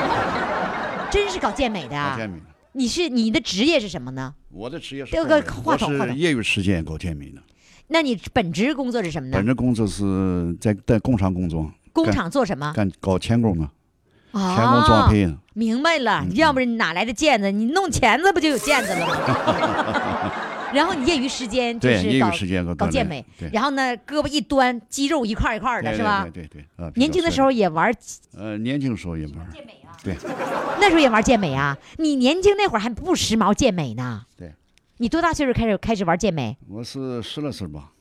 B: 真是搞健美的
G: 搞
B: 啊！
G: 健美的。
B: 你是你的职业是什么呢？
G: 我的职业是
B: 这
G: 健
B: 个
G: 美
B: 话
G: 我
B: 筒话
G: 是
B: 筒
G: 业余时间搞健美的，
B: 那你本职工作是什么
G: 本
B: 呢？
G: 职工作是在在工厂工作，
B: 嗯工厂做什么？
G: 干搞钳工的，钳工嗯
B: 啊
G: 装，配的。
B: 明白了，要不然你哪来的毽子？你弄钳子不就有毽子了吗？ 然后你业余时间就
G: 对，
B: 是
G: 业
B: 搞
G: 余时间搞
B: 搞
G: 锻炼
B: 健美
G: 对，，
B: 然后呢，胳膊一端，肌肉一块儿一块儿的，
G: 对
B: 是吧
G: 对？对对对啊。比
B: 年
G: 较
B: 轻的
G: 帅
B: 时候，也玩，
G: 呃，年轻时候也玩健美啊。对
B: 那时候也玩健美啊。你年轻那会儿还不时髦健美呢。
G: 对，
B: 你多大岁数开始开始玩健美？
G: 我是十来岁吧，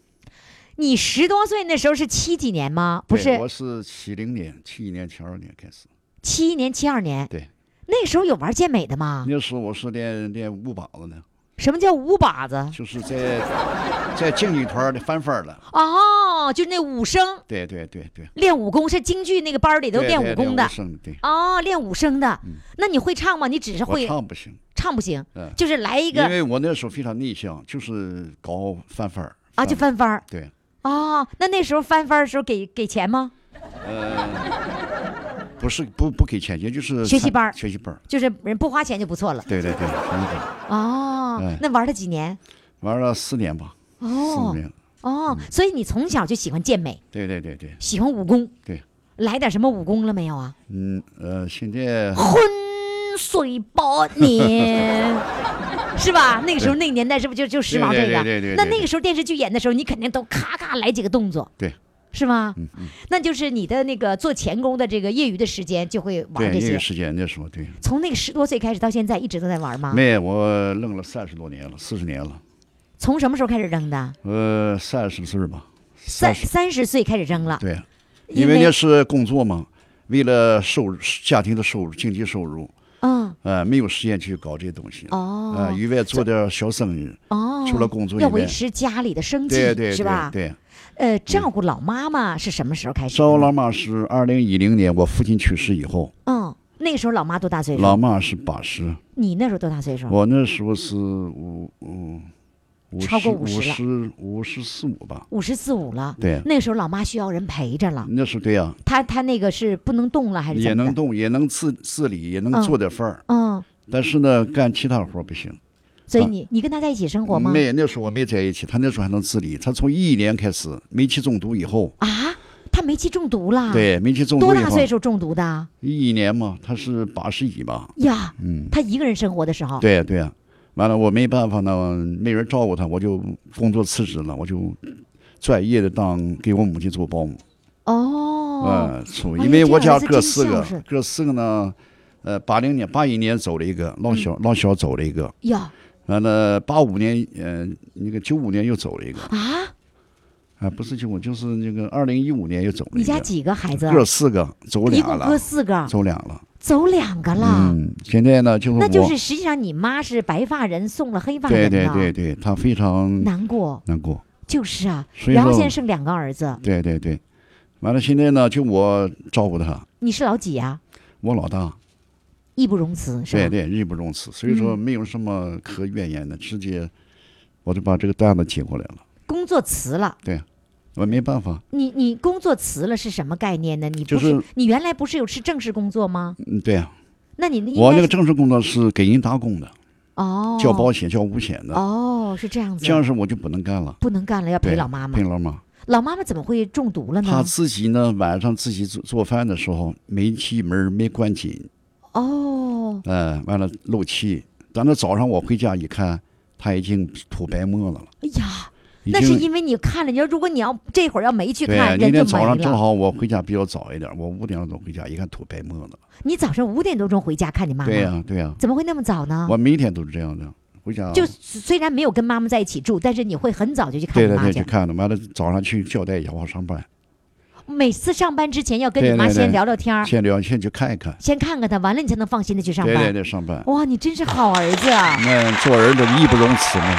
B: 你十多岁那时候是七几年吗？不
G: 对
B: 是
G: 我是七零年、七一年、七二年开始。
B: 七一年、七二年。
G: 对，嗯
B: 那时候有玩健美的吗？
G: 那时候我是练练五靶子呢，
B: 什么叫五靶子？
G: 就是在在竞技团儿里翻番儿了。
B: 哦，就是那武生
G: 对对对对，
B: 练武功，是京剧那个班儿里头
G: 对
B: 练
G: 对
B: 武功的。
G: 生对，
B: 哦，练武生的，那你会唱吗？你只是
G: 嗯我
B: 会
G: 唱不行，
B: 唱不行，
G: 嗯
B: 就是来一
G: 因
B: 个
G: 为我那时候非常内向，就是搞翻番儿
B: 啊，就。翻番儿。
G: 对，
B: 哦，那那时候翻番儿的时候给给钱吗？
G: 不是不不给钱，也就是
B: 学习
G: 参
B: 班儿
G: 学习班儿。
B: 就是人不花钱就不错了。
G: 对对对，学习班儿
B: 哦，
G: 哎
B: 那玩了几年？
G: 玩了四年吧，四五
B: 哦
G: 年。嗯
B: 哦，所以你从小就喜欢健美，
G: 对对对对
B: 喜欢武功，
G: 对，
B: 来点什么武功了没有啊？
G: 嗯呃，现在
B: 昏
G: 嗯
B: 睡八年， 是吧？那个时候那个年代是不是就就时髦这
G: 对对对
B: 个？
G: 对对
B: 那
G: 对
B: 那个时候电视剧演的时候，你肯定都咔咔来几个动作。
G: 对
B: 是吗？
G: 嗯
B: 那就是你的那个做钳工的这个业余的时间就会玩
G: 对业
B: 这
G: 余
B: 些，
G: 时间那时候对，
B: 从那个十多岁开始到现在一直都在玩吗？
G: 没我弄了三十多年了，四十年了，
B: 从什么时候开始扔的？
G: 呃，三十岁吧，
B: 三
G: 三十
B: 三十岁开始扔了，
G: 对，
B: 啊因
G: 因
B: 为
G: 为那是工作嘛，为了收入家庭的收入、经济收入，
B: 嗯，
G: 呃，没有时间去搞这些东西。
B: 哦
G: 呃，以外做点小生意，
B: 哦，
G: 除了工作以
B: 要
G: 外，
B: 维持家里的生计，
G: 对对
B: 是吧
G: 对？嗯对。
B: 呃，照顾老妈妈是什么时候开始？
G: 招老妈是二零一零年我父亲去世以后，
B: 嗯，那个时候老妈多大岁
G: 老
B: 数？
G: 妈是八十，
B: 你那时候多大岁数？
G: 我那时候是五五五
B: 超
G: 十
B: 过
G: 五
B: 50
G: 十五十四五吧。
B: 五十四五了。
G: 对
B: 那时候老妈需要人陪着了，
G: 那时候对呀、
B: 她她那个是不能动了还是
G: 也
B: 怎么
G: 能
B: 的？
G: 动，也能自自理，也
B: 嗯
G: 能做点饭儿，
B: 嗯，
G: 但是呢，干其他活儿不行。
B: 所以
G: 啊
B: 你你跟她在一起生活吗？
G: 没，那时候我没在一起，他那时候还能自理。他从一一年开始煤气中毒以后，
B: 啊，她煤气中毒了。。
G: 对煤气中毒
B: 啊多
G: 以
B: 大
G: 后
B: 岁，数中毒的
G: 一一年嘛，他是八十一吧？
B: 呀？
G: 嗯，
B: 她一个人生活的时候，
G: 对对呀、完了，我没办法呢，没人照顾他，我就工作辞职了，我就转业的当给我母亲做保姆。
B: 哦，哦，
G: 呃，出，
B: 哎
G: 因为
B: 呀
G: 我
B: 这
G: 家
B: 样是
G: 哥
B: 真
G: 四
B: 孝
G: 个
B: 顺，
G: 哥四个呢，呃，八零年、八一年走了一个，老
B: 嗯
G: 小老小走了一个，
B: 哟
G: 完了八五年，呃，那个九五年又走了一个，
B: 啊，
G: 啊，不是九五，就是那个二零一五年又走了
B: 你
G: 一
B: 家
G: 个，
B: 几个孩子啊？
G: 哥四个走
B: 一
G: 俩
B: 共
G: 了
B: 哥，四个，
G: 走俩了，
B: 走两个了。
G: 嗯，现在呢就是
B: 那就
G: 我
B: 是，实际上你妈是白发人送了黑发
G: 对
B: 人
G: 对
B: 呐
G: 对对，他非常
B: 难过，
G: 难过，
B: 就是啊。
G: 所以
B: 然后现
G: 说
B: 在，剩两个儿子，
G: 对对对，完了现在呢就我照顾他，
B: 你是老几啊？
G: 我老大，
B: 义不容辞是吧？嗯
G: 对对，义不容辞，所以说没有什么可怨言的，直接我就把这个担子接过来了。
B: 工作辞了，
G: 我没办法，
B: 你你工作辞了是什么概念呢？你不
G: 就是是
B: 你原来不是有是正式工作吗？
G: 嗯，对啊，
B: 那你应
G: 我
B: 该
G: 那个
B: 是
G: 正式工作是给人打工的，
B: 哦
G: 交保险、交五险的，
B: 哦是这样子
G: 这，样式我就不能干了。
B: 不能干了要陪
G: 对
B: 老妈妈
G: 陪。老妈，
B: 老妈妈怎么会中毒了
G: 她
B: 呢？
G: 自己呢晚上自己做做饭的时候煤气门儿没关紧，
B: 哦，
G: 呃，完了漏气。等到早上我回家一看，她已经吐白沫了了，
B: 哎呀，
G: 已
B: 那是
G: 经。
B: 因为你看了，你说如果你要这会儿要没去
G: 对，啊
B: 看，
G: 那
B: 人就
G: 天早上
B: 没
G: 正
B: 了。
G: 好我回家比较早一点，我五点钟回家，一看吐白沫了。
B: 你早上五点多钟回家看你妈妈，
G: 对啊呀、对呀、
B: 怎么会那么早呢？
G: 我每天都是这样的，回家
B: 啊就虽然没有跟妈妈在一起住，但是你会很早就去看
G: 对
B: 你
G: 对
B: 妈
G: 对
B: 去
G: 去。看的，完了早上去交代一下我上班，
B: 每次上班之前要跟你
G: 对
B: 妈
G: 对
B: 先
G: 对
B: 聊聊天儿，
G: 先聊先去看一看，
B: 先看看她，完了你才能放心的去啊上
G: 对对
B: 班。
G: 对，上班。
B: 哇，你真是好儿子啊！
G: 那做人就义不容辞嘛，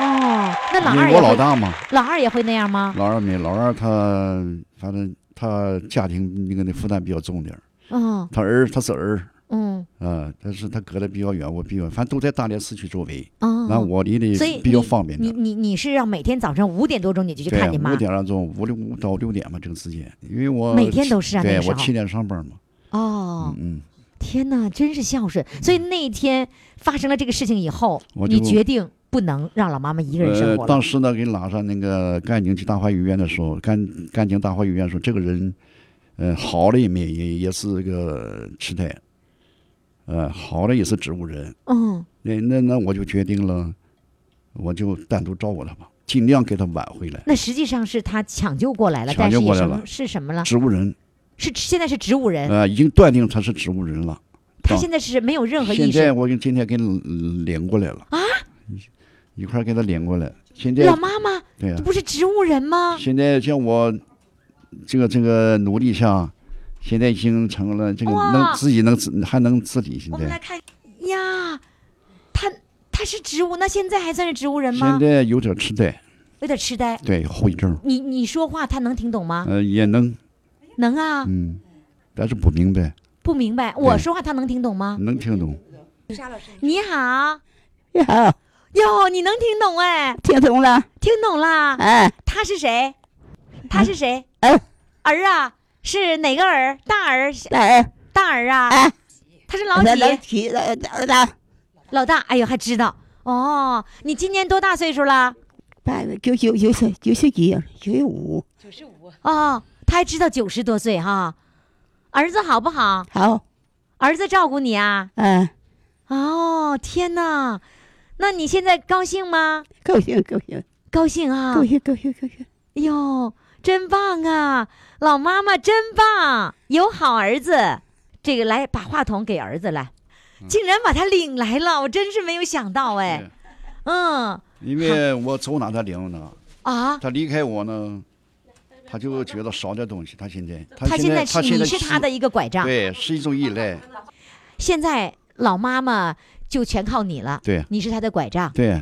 B: 哦，那老
G: 因
B: 二
G: 为
B: 也
G: 我老
B: 会，
G: 大嘛，
B: 老二也会那样吗？
G: 老二没老二他反正他家庭那个那负担比较重点儿，
B: 嗯
G: 他儿他是儿
B: 嗯
G: 啊，但是他隔得比较远，我比较反正都在大连市区周围，
B: 嗯。
G: 那我离
B: 所以
G: 得比较方便
B: 你
G: 点儿。
B: 你你是让每天早上五点多钟你就去
G: 对，啊
B: 看你妈
G: 五点钟五六五到六点吧，这个时间，因为我
B: 每天都是啊那
G: 对
B: 个时
G: 我
B: 候
G: 七点上班嘛，
B: 哦
G: 嗯，嗯，
B: 天哪，真是孝顺！所以那一天发生了这个事情以后，
G: 我
B: 你
G: 就
B: 决定不能让老妈妈一个人生活
G: 呃。
B: 了。
G: 当时呢，给拉上那个干警去大话医院的时候，干干警大话医院说这个人，呃，好了也没也也是个痴呆，呃，好了也是植物人。
B: 嗯，
G: 那那那我就决定了，我就单独照顾他吧，尽量给他挽回来。
B: 那实际上是他抢救过来了，
G: 抢救
B: 但是
G: 过来
B: 也什么
G: 了
B: 是什么了？
G: 植物人，
B: 是现在是植物人，
G: 呃，已经断定他是植物人了。
B: 哎他
G: 到
B: 现在是没有任何
G: 现
B: 意
G: 在
B: 识。
G: 我给今天给领领过来了啊，一块儿给他领过来。现在
B: 老妈妈
G: 对呀、
B: 这不是植物人吗？
G: 现在叫我这个这个努力一下，现在已经成了这个
B: 哇
G: 能自己能自还能自理。现
B: 我们来
G: 在
B: 看呀，他他是植物，那现在还算是植物人吗
G: 现？在有点痴呆，
B: 有点痴呆。
G: 对后遗症，
B: 你你说话他能听懂吗？
G: 呃也能
B: 能啊，
G: 嗯，但是不明白，
B: 不明白我
G: 对
B: 说话他能听懂吗？
G: 能听懂。
B: 你好，
H: 嗯你好，
B: 哟，你能听懂哎，
H: 听懂了？
B: 听懂啦。
H: 哎，
B: 他是谁？他是谁？
H: 儿
B: 儿啊，是哪个儿？大儿，
H: 来，
B: 大儿啊。
H: 哎
B: 他是老
H: 老老
B: 几？
H: 几老老大，
B: 老大。哎呦，还知道哦。你今年多大岁数了？
H: 大概九九九十九十几，啊九十五。
B: 哦，他还知道九十多岁哈。儿子好不好？
H: 好，
B: 儿子照顾你啊。
H: 嗯，
B: 哦，天哪，那你现在高兴吗？
H: 高兴高兴
B: 高兴啊！
H: 高兴高兴高兴，
B: 哎呦，真棒啊！老妈妈真棒，有好儿子。这个来，把话筒给儿子来，
G: 嗯
B: 竟然把他领来了，我真是没有想到哎。嗯
G: 因为我走哪他领哪，
B: 啊，
G: 他离开我呢，他就觉得少点东西。他现在
B: 他
G: 他现在
B: 是
G: 现
B: 你
G: 在
B: 是他的一个拐杖，
G: 对是一种依赖，
B: 现在老妈妈就全靠你了，
G: 对
B: 你是他的拐杖
G: 对。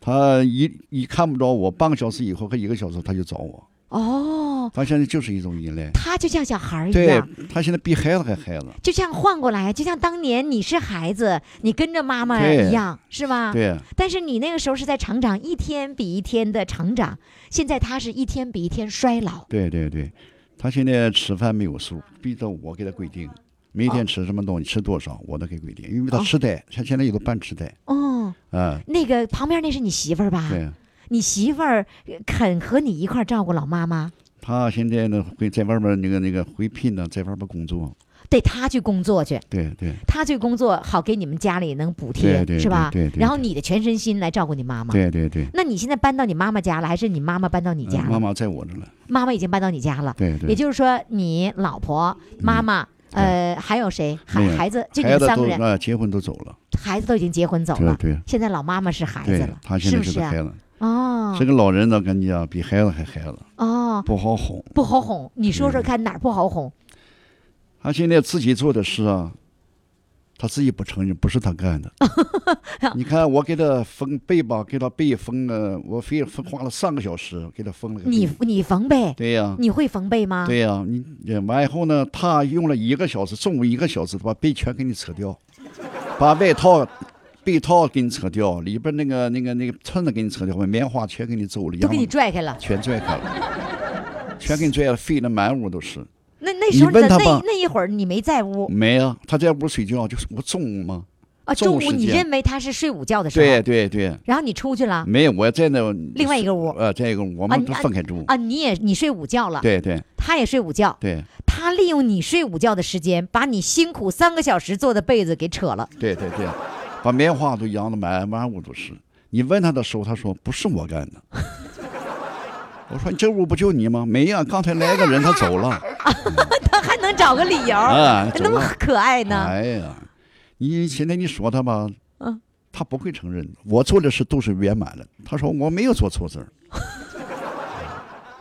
G: 他一一看不着我，半个小时以后和一个小时他就找我，
B: 哦。
G: 他现在就是一种依赖。
B: 他就像小孩儿一
G: 对
B: 样，啊
G: 他现在比孩子还孩子，
B: 就像换过来，就像当年你是孩子，你跟着妈妈
G: 对
B: 一样，是吧？
G: 对
B: 但是你那个时候是在成长，一天比一天的成长，现在他是一天比一天衰老。
G: 对对对，他现在吃饭没有数，逼着我给他规定，每
B: 哦
G: 天吃什么东西，吃多少，我都给规定，因为他痴呆，他现在有个半痴呆
B: 哦，
G: 啊，
B: 那个旁边那是你媳妇儿吧？
G: 对，
B: 你媳妇儿呃肯和你一块儿照顾老妈妈
G: 他现在呢会在外边那个那个回聘呢，在外边工作，
B: 得他去工作去，
G: 对对
B: 他去工作好给你们家里能补贴，
G: 对对
B: 是吧？
G: 对对对
B: 然后你的全身心来照顾你妈妈。
G: 对对对，
B: 那你现在搬到你妈妈家了，还是你妈妈搬到你家
G: 嗯
B: 了？
G: 妈妈在我这了，
B: 妈妈已经搬到你家了。
G: 对对，嗯
B: 也就是说，你老婆、妈妈，呃，还有谁？孩
G: 没有
B: 孩子，就你
G: 孩
B: 们
G: 子
B: 三个
G: 都
B: 人，
G: 啊结婚都走了，
B: 孩子都已经结婚走
G: 对
B: 了。
G: 对
B: 现在老妈妈是孩子
G: 对
B: 了，，
G: 他现在
B: 是不
G: 是
B: 是啊
G: 个？孩子，
B: 哦
G: 这个老人呢，跟你讲比孩子还孩子，
B: 哦，
G: 不好哄。
B: 不好哄，你说
G: 嗯
B: 说看哪儿不好哄？
G: 他现在自己做的事啊，他自己不承认，不是他 干的。你看，我给他缝被吧，给他被缝了，我非分花了三个小时给他缝了个被。
B: 你你缝呗，
G: 对呀、
B: 你会缝被吗？
G: 对呀、你你完以后呢，他用了一个小时，中午一个小时，把被全给你扯掉，把外套、被套给你扯掉，里边那个那个那个衬子给你扯掉，把棉花全给你走了，
B: 都给你
G: 羊毛
B: 拽开了。
G: 全拽开了，全给你拽了，废的满屋都是。
B: 那那时候
G: 你问
B: 的
G: 他
B: 那
G: 吧
B: 那一会儿你没在屋
G: 没啊，他在屋睡觉，就是我中午嘛。
B: 啊，
G: 中午
B: 中午你
G: 时间
B: 认为他是睡午觉的时候，
G: 对嗯对对，
B: 然后你出去了
G: 没有，我在那
B: 另外一个屋
G: 呃，在一个屋，我
B: 啊
G: 们
B: 你
G: 都
B: 啊
G: 分开住。
B: 啊，你也你睡午觉了，
G: 对对
B: 他也睡午觉，
G: 对
B: 他利用你睡午觉的时间，把你辛苦三个小时做的被子给扯了。
G: 对对对，把棉花都扬的满满屋都是。你问他的时候，他说不是我干的。 我说你这屋不就你吗？没呀、刚才来个人他走了。
B: 他 还能找个理由，
G: 啊
B: 那么
G: 走了
B: 可爱呢？
G: 哎呀，你现在你说他吧，
B: 嗯
G: 他不会承认的。我做的事都是圆满的。他说我没有做错事儿。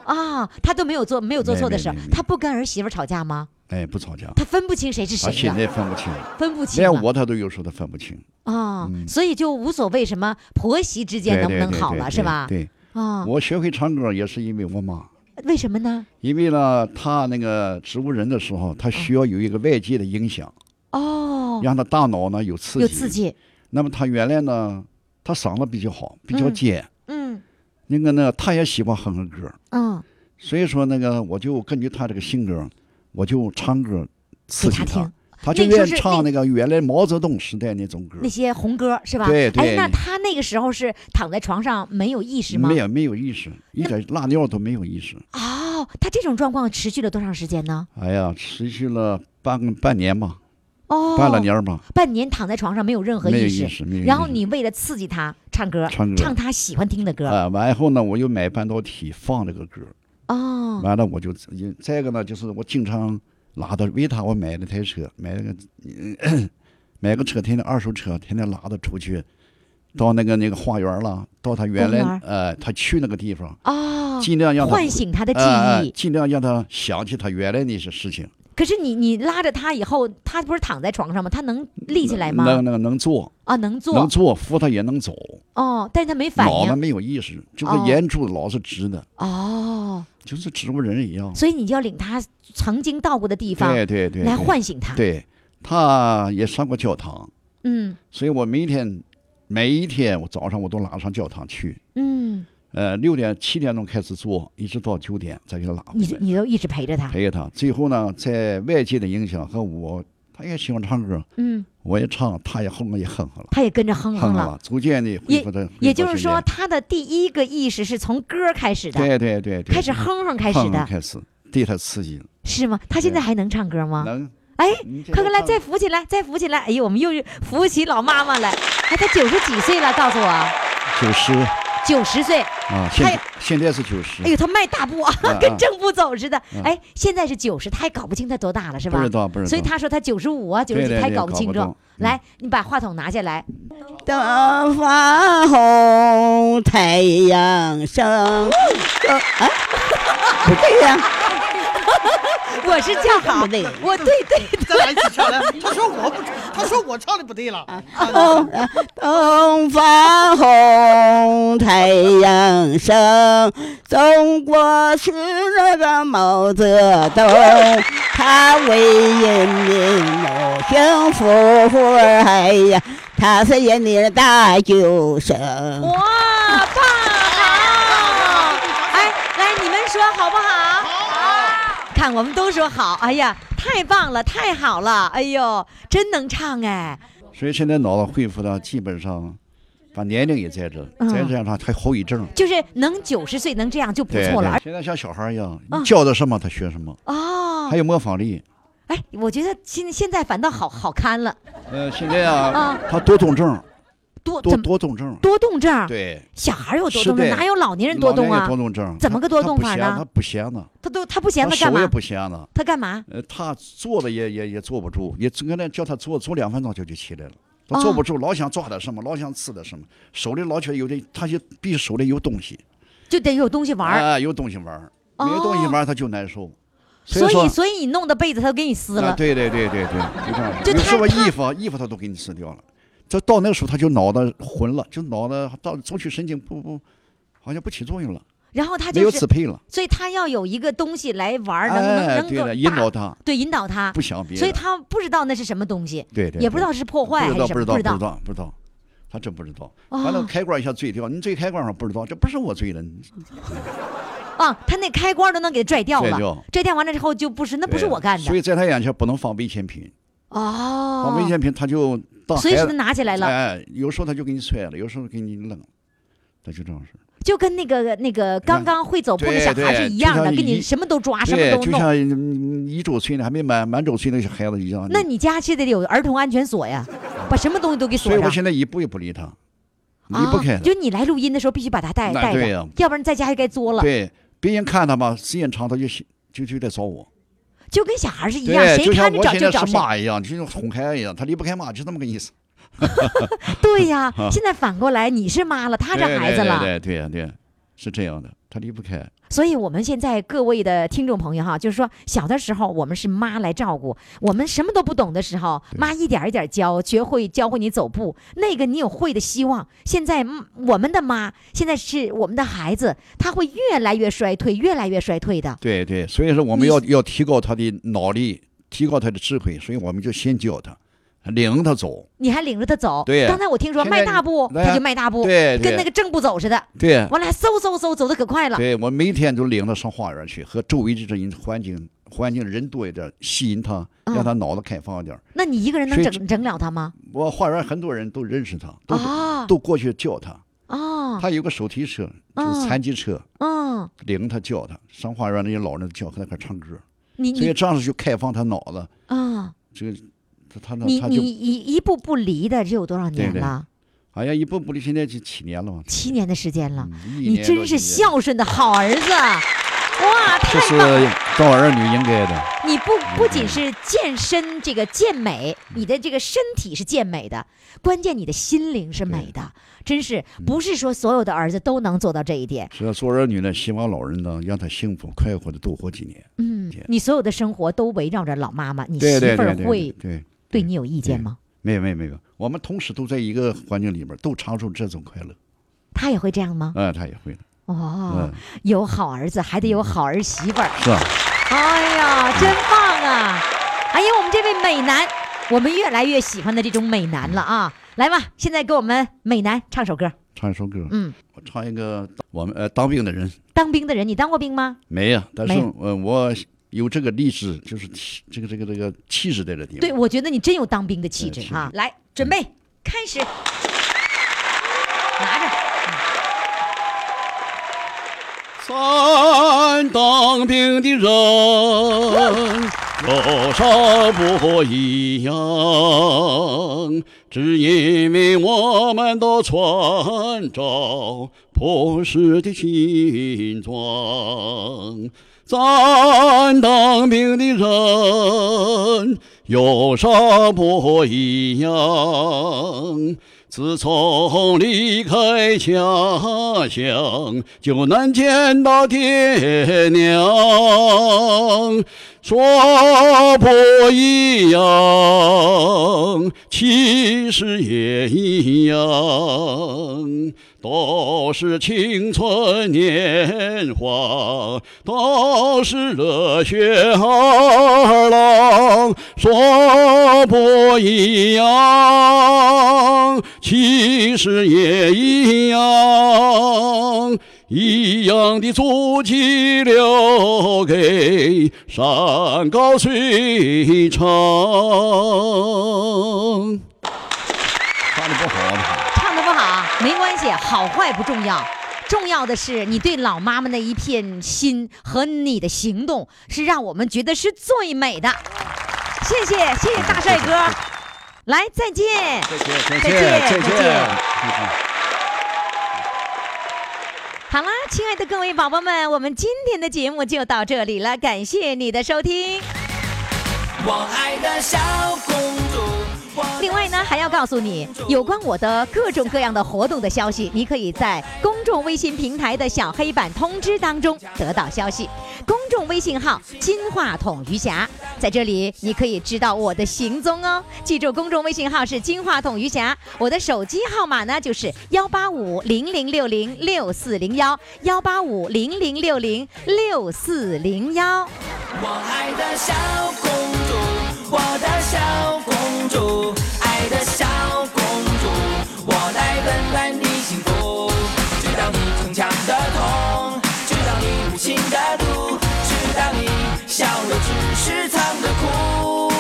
B: 啊，他都没有做没有做错的事儿
G: 没没没，没
B: 他不跟儿媳妇吵架吗？
G: 哎，不吵架。
B: 他分不清谁是
G: 他
B: 谁
G: 现
B: 呀，
G: 在分不清，
B: 分不清
G: 连
B: 啊
G: 我他都啊有时候他分不清。
B: 啊，所以就无所谓什么婆媳之间
G: 对
B: 能不
G: 对
B: 能
G: 对
B: 好
G: 对
B: 了，
G: 对
B: 是吧？
G: 对，
B: 啊，
G: 我学会唱歌也是因为我妈，
B: 为什么呢？
G: 因为呢，她那个植物人的时候，她需要有一个外界的影响，
B: 哦，
G: 让她大脑呢有刺激。
B: 有刺。激，
G: 那么她原来呢，她嗓子比较好，比较
B: 嗯
G: 尖，
B: 嗯
G: 那个呢，她也喜欢哼哼歌，
B: 嗯，
G: 所以说那个我就根据她这个性格，我就唱歌刺
B: 她
G: 激她
B: 听。
G: 她就
B: 那
G: 愿
B: 个
G: 意
B: 时候是
G: 唱那个原来毛泽东时代那种歌
B: 那，些红歌是吧？
G: 对对
B: 哎，那他那个时候是躺在床上没有意识吗？
G: 没有没有意识，一点拉尿都没有意识。
B: 哦，他这种状况持续了多长时间呢？
G: 哎呀，持续了半个半年吧，
B: 哦，
G: 半了年儿吧。
B: 半年躺在床上没有任何
G: 没有
B: 意
G: 意识没有意
B: 然后
G: 识
B: 你为了刺激他唱歌，
G: 嗯唱歌
B: 他喜欢听的歌。
G: 啊，完以后呢，我又买半导体放这个歌，
B: 哦，
G: 完了我就再一个呢，就是我经常拉到为他我买了台车，买了个嗯 买个车，天天二手车，天天拉着出去，到那个那个花园了，到他原来
B: 公园
G: 呃他去那个地方，
B: 哦，
G: 尽量让他
B: 唤醒他的记忆。
G: 哎哎尽量让他想起他原来那些事情，
B: 可是你你拉着他以后，他不是躺在床上吗？他能立起来吗？
G: 能能能做，
B: 啊，能坐
G: 能做，扶他也能走，
B: 哦，但是他没反
G: 脑子
B: 应
G: 没有意识，就是
B: 哦
G: 眼珠老是直的，
B: 哦，
G: 就是植物人一样。
B: 所以你就要领他曾经到过的地方
G: 对对对，
B: 来
G: 对
B: 唤醒他。
G: 对，他也上过教堂，
B: 嗯
G: 所以我每天每一天我早上我都拉上教堂去，
B: 嗯，
G: 呃，六点七点钟开始做，一直到九点再给他拉
B: 你
G: 回来，
B: 你都一直陪着他。
G: 陪着他。最后呢，在外界的影响和我，他也喜欢唱歌，
B: 嗯，
G: 我也唱，他也哼哼也哼哼了，
B: 他也跟着哼
G: 哼哼
B: 哼了。
G: 了，逐渐的恢
B: 也
G: 复的。
B: 也就是说，，他的第一个意识是从歌开始的，
G: 对对对对，
B: 开始哼哼开
G: 哼
B: 始
G: 哼
B: 的，
G: 开始对他刺激了，
B: 是吗？他现在还能唱歌吗？
G: 能。
B: 哎，
G: 你这
B: 快
G: 个
B: 快来，
G: 唱
B: 再扶起来，再扶起来！哎呦，我们又扶起老妈妈来，哎，她九十几岁了，告诉我，
G: 九十
B: 九十岁，
G: 啊，现在
B: 也
G: 现在是九十
B: 哎，呦，她迈大步啊
G: 啊，
B: 跟正步走似的。
G: 啊
B: 哎，现在是九十，她也搞不清她多大了，是吧？
G: 不知道不知道
B: 所以她说她九十五啊，九
G: 对
B: 十
G: 对
B: 几，她也
G: 对
B: 搞不
G: 搞
B: 清
G: 不
B: 楚
G: 懂。嗯
B: 来，你把话筒拿下来。
H: 大发红，太阳升。呃啊，不对呀、
B: 我是叫好，
H: 不对
B: 我对对
I: 咱俩一起唱来。他说我不，他说我唱的不对了。
H: 东东方红，太阳升。中国是那个毛泽东，他为人民谋幸福。哎呀，他是人民的大救
G: 嗯
H: 生。
B: 哇，爸好！哎，来，你们说好不好？好。看，我们都说好。哎呀，太棒了，太好了！哎呦，真能唱哎！
G: 所以现在脑子恢复的基本上，把年龄也在这儿，
B: 嗯
G: 再这样的话还后遗症。
B: 就是能九十岁能这样就不
G: 对
B: 错了。
G: 对现在像小孩一样，
B: 啊
G: 你教他什么他学什么，
B: 哦
G: 还，有模仿力。
B: 哎，我觉得现现在反倒好好看了，
G: 呃，现在啊
B: 啊，
G: 他多动症，
B: 多
G: 多
B: 怎么
G: 多动症，
B: 多动症？，
G: 对，
B: 小孩有多
G: 是
B: 动症，
G: 的
B: 哪有老年人多动
G: 老年
B: 啊
G: 也？多动症，
B: 怎么
G: 他
B: 个多动法呢
G: 他不闲呢，
B: 他都他不
G: 他
B: 闲
G: 不
B: 他
G: 闲
B: 干
G: 呢，他手也
B: 嘛？
G: 不闲呢。
B: 他干嘛？
G: 呃，他坐着也也也坐不住，也可能叫他坐坐两分钟就就起来了。他坐
B: 哦
G: 不住，老想抓点什么，老想吃点什么，手里老觉得有点，他就必须手里有东西
B: 就得有东西玩儿。
G: 啊，有东西玩儿，
B: 哦
G: 没东西玩儿他就难受。
B: 所
G: 以说
B: 以，所以你弄的被子他都给你撕
G: 啊，
B: 了。
G: 对对对对对，就这样。
B: 就
G: 有
B: 他
G: 时候
B: 他
G: 衣服衣服他都给你吃掉了，这到那个时候他就脑袋混了，就脑袋到中枢神经不不，好像不起作用了，
B: 然后他
G: 没有
B: 就是
G: 支，配了。
B: 所以他要有一个东西来玩儿，能能
G: 哎，
B: 能
G: 对
B: 够
G: 了，引导
B: 打
G: 他，
B: 对引导他
G: 不，想别的。
B: 所以他不知道那是什么东西，
G: 对对，
B: 也不知
G: 对
B: 道是破坏还
G: 不知
B: 是
G: 道
B: 什
G: 不
B: 么，
G: 知道不
B: 不知道
G: 知。道不知道，他真不知道。
B: 哦
G: 完了开关一下醉掉，你醉开关上不知道，这不是我醉了，你
B: 啊，他那开关都能给拽掉
G: 拽
B: 了
G: 掉，
B: 拽掉完了之后就不是，那不是
G: 对
B: 我干
G: 所
B: 的
G: 以在他眼前不能放危险品，放危
B: 哦，
G: 险品他就当
B: 随
G: 孩
B: 时
G: 子
B: 的拿起来了，
G: 哎，有时候他就给你踹了，有时候给你扔了，他就这样式儿。
B: 就跟那个那个刚刚会走步的
G: 对
B: 小孩
G: 对
B: 是一样
G: 就
B: 的，
G: 像
B: 跟你
G: 一
B: 什么都抓，啊什
G: 对，
B: 么都
G: 就
B: 弄。
G: 像嗯一周岁呢，还没满满周岁那个孩子一样。
B: 那你家是得有儿童安全锁呀，把什么东西都给锁
G: 所以我
B: 上。
G: 现在一步也不离他，离
B: 啊
G: 不开他。
B: 就你来录音的时候必须把他带
G: 那
B: 带
G: 对
B: 着
G: 呀，
B: 要不然在家就该作了。
G: 对，别人看他吧，时间长他就喜就就得找我。
B: 就跟小孩是一样，
G: 对，
B: 谁
G: 就像
B: 看着
G: 我
B: 找
G: 现
B: 就
G: 在
B: 找
G: 是
B: 谁。
G: 妈一样，就像哄孩子一样，他离不开妈，就这么个意思。
B: 对 呀，现在反过来你是妈了，他是
G: 啊对
B: 孩子了。
G: 对对对对对，是这样的，他离不开。
B: 所以，我们现在各位的听众朋友哈，就是说，小的时候我们是妈来照顾，我们什么都不懂的时候，妈一点儿一点儿教，学会教会你走步，那个你有会的希望。现在嗯我们的妈，现在是我们的孩子，他会越来越衰退，越来越衰退的。
G: 对对，所以说我们
B: 嗯
G: 要要提高他的脑力，提高他的智慧，所以我们就先教他，领他走。
B: 你还领着他走，
G: 对呀
B: 刚才我听说
G: 现在
B: 迈大步，
G: 你
B: 他就迈大步，
G: 对对
B: 跟那个正步走似的。
G: 对
B: 完了还嗖嗖嗖走的可快了。
G: 对，我每天都领他上花园去，和周围的这人环境环境人多一点，吸引他，
B: 嗯
G: 让他脑子开放一点。
B: 那你一个人能
G: 所以
B: 整整了他吗？
G: 我花园很多人都认识他，都、
B: 啊
G: 都过去叫他。
B: 啊，
G: 他有个手提车，就
B: 嗯
G: 是残疾车，
B: 嗯，
G: 领他叫他上花园，那些老人叫，和他一块唱歌。
B: 你
G: 所以
B: 你
G: 这样子就开放他脑子，
B: 啊。
G: 这个他他他
B: 你
G: 他
B: 你
G: 就
B: 一一步不离的，这有多少年
G: 对对
B: 了？
G: 哎呀，一步步的，现在就七年了嘛，
B: 七年的时间了，
G: 嗯一
B: 你
G: 年
B: 真
G: 多
B: 是
G: 一年
B: 孝顺的啊好儿 子，哇，
G: 这
B: 太
G: 是嗯
B: 棒！
G: 当儿女应该的。
B: 你不不仅是健身这个健美，
G: 嗯
B: 你的这个身体是健美的，关键你的心灵是美的，真是
G: 嗯
B: 不是说所有的儿子都能做到这一点。
G: 是啊，做儿女呢，希望老人呢，让他幸福快活的度过几年。
B: 嗯
G: 对，
B: 你所有的生活都围绕着老妈妈，你
G: 对
B: 媳
G: 对
B: 妇
G: 对
B: 儿
G: 对对
B: 会
G: 对，
B: 对你有意见
G: 对
B: 吗？
G: 没有没有没有，我们同时都在一个环境里边，都尝受这种快乐。
B: 她也会这样吗？
G: 啊，他也会的，
B: 哦
G: 嗯，
B: 有好儿子还得有好儿媳妇儿。
G: 是吧？
B: 哎呀，真棒啊！哎呀，我们这位美男，我们越来越喜欢的这种美男了啊！来吧，现在给我们美男唱首歌。
G: 唱一首歌，
B: 嗯，
G: 我唱一个我们呃当兵的人
B: 当兵的人，你当过兵吗？
G: 没呀，但是
B: 没有
G: 呃我有这个励志，就是气这个这个这个气质在这地方。
B: 对，我觉得你真有当兵的气质
G: 嗯是
B: 啊！来，准备开始，拿着。
G: 咱当兵的人，有啥不一样？只因为我们都穿着朴实的新装。咱当兵的人有啥不一样？自从离开家乡，就难见到爹娘。说不一样，其实也一样，都是青春年华，都哦是热血儿郎。说不一样，其实也一样。一样的足迹留给山高水长。唱的不好吧，
B: 唱的不好啊没关系，好坏不重要，重要的是你对老妈妈那一片心和你的行动，是让我们觉得是最美的。谢谢谢谢大帅哥，来再见。
G: 再见，再
B: 见
G: 见，
B: 再
G: 再
B: 见
G: 见。
B: 好啦，亲爱的各位宝宝们，我们今天的节目就到这里了，感谢你的收听。
A: 我爱的小公主。我
B: 另外呢，还要告诉你有关我的各种各样的活动的消息，你可以在公众微信平台的小黑板通知当中得到消息。公众微信号“金话筒余霞”，在这里你可以知道我的行踪哦。记住，公众微信号是“金话筒余霞”，我的手机号码呢就是幺八五零零六零六四零幺幺八五零零六零六四零幺。
A: 我爱的小公主，我的小公主，爱的小公主，我来温暖你幸福，知道你逞强的痛，知道你无情的毒，知道你笑的只是藏着哭。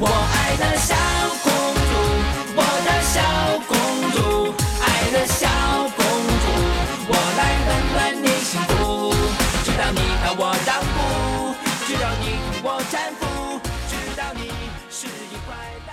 A: 我爱的小公主，我的小公主，爱的小公主，我来温暖你幸福，知道你让我让步。知道你替我搀扶，知道你是一块大。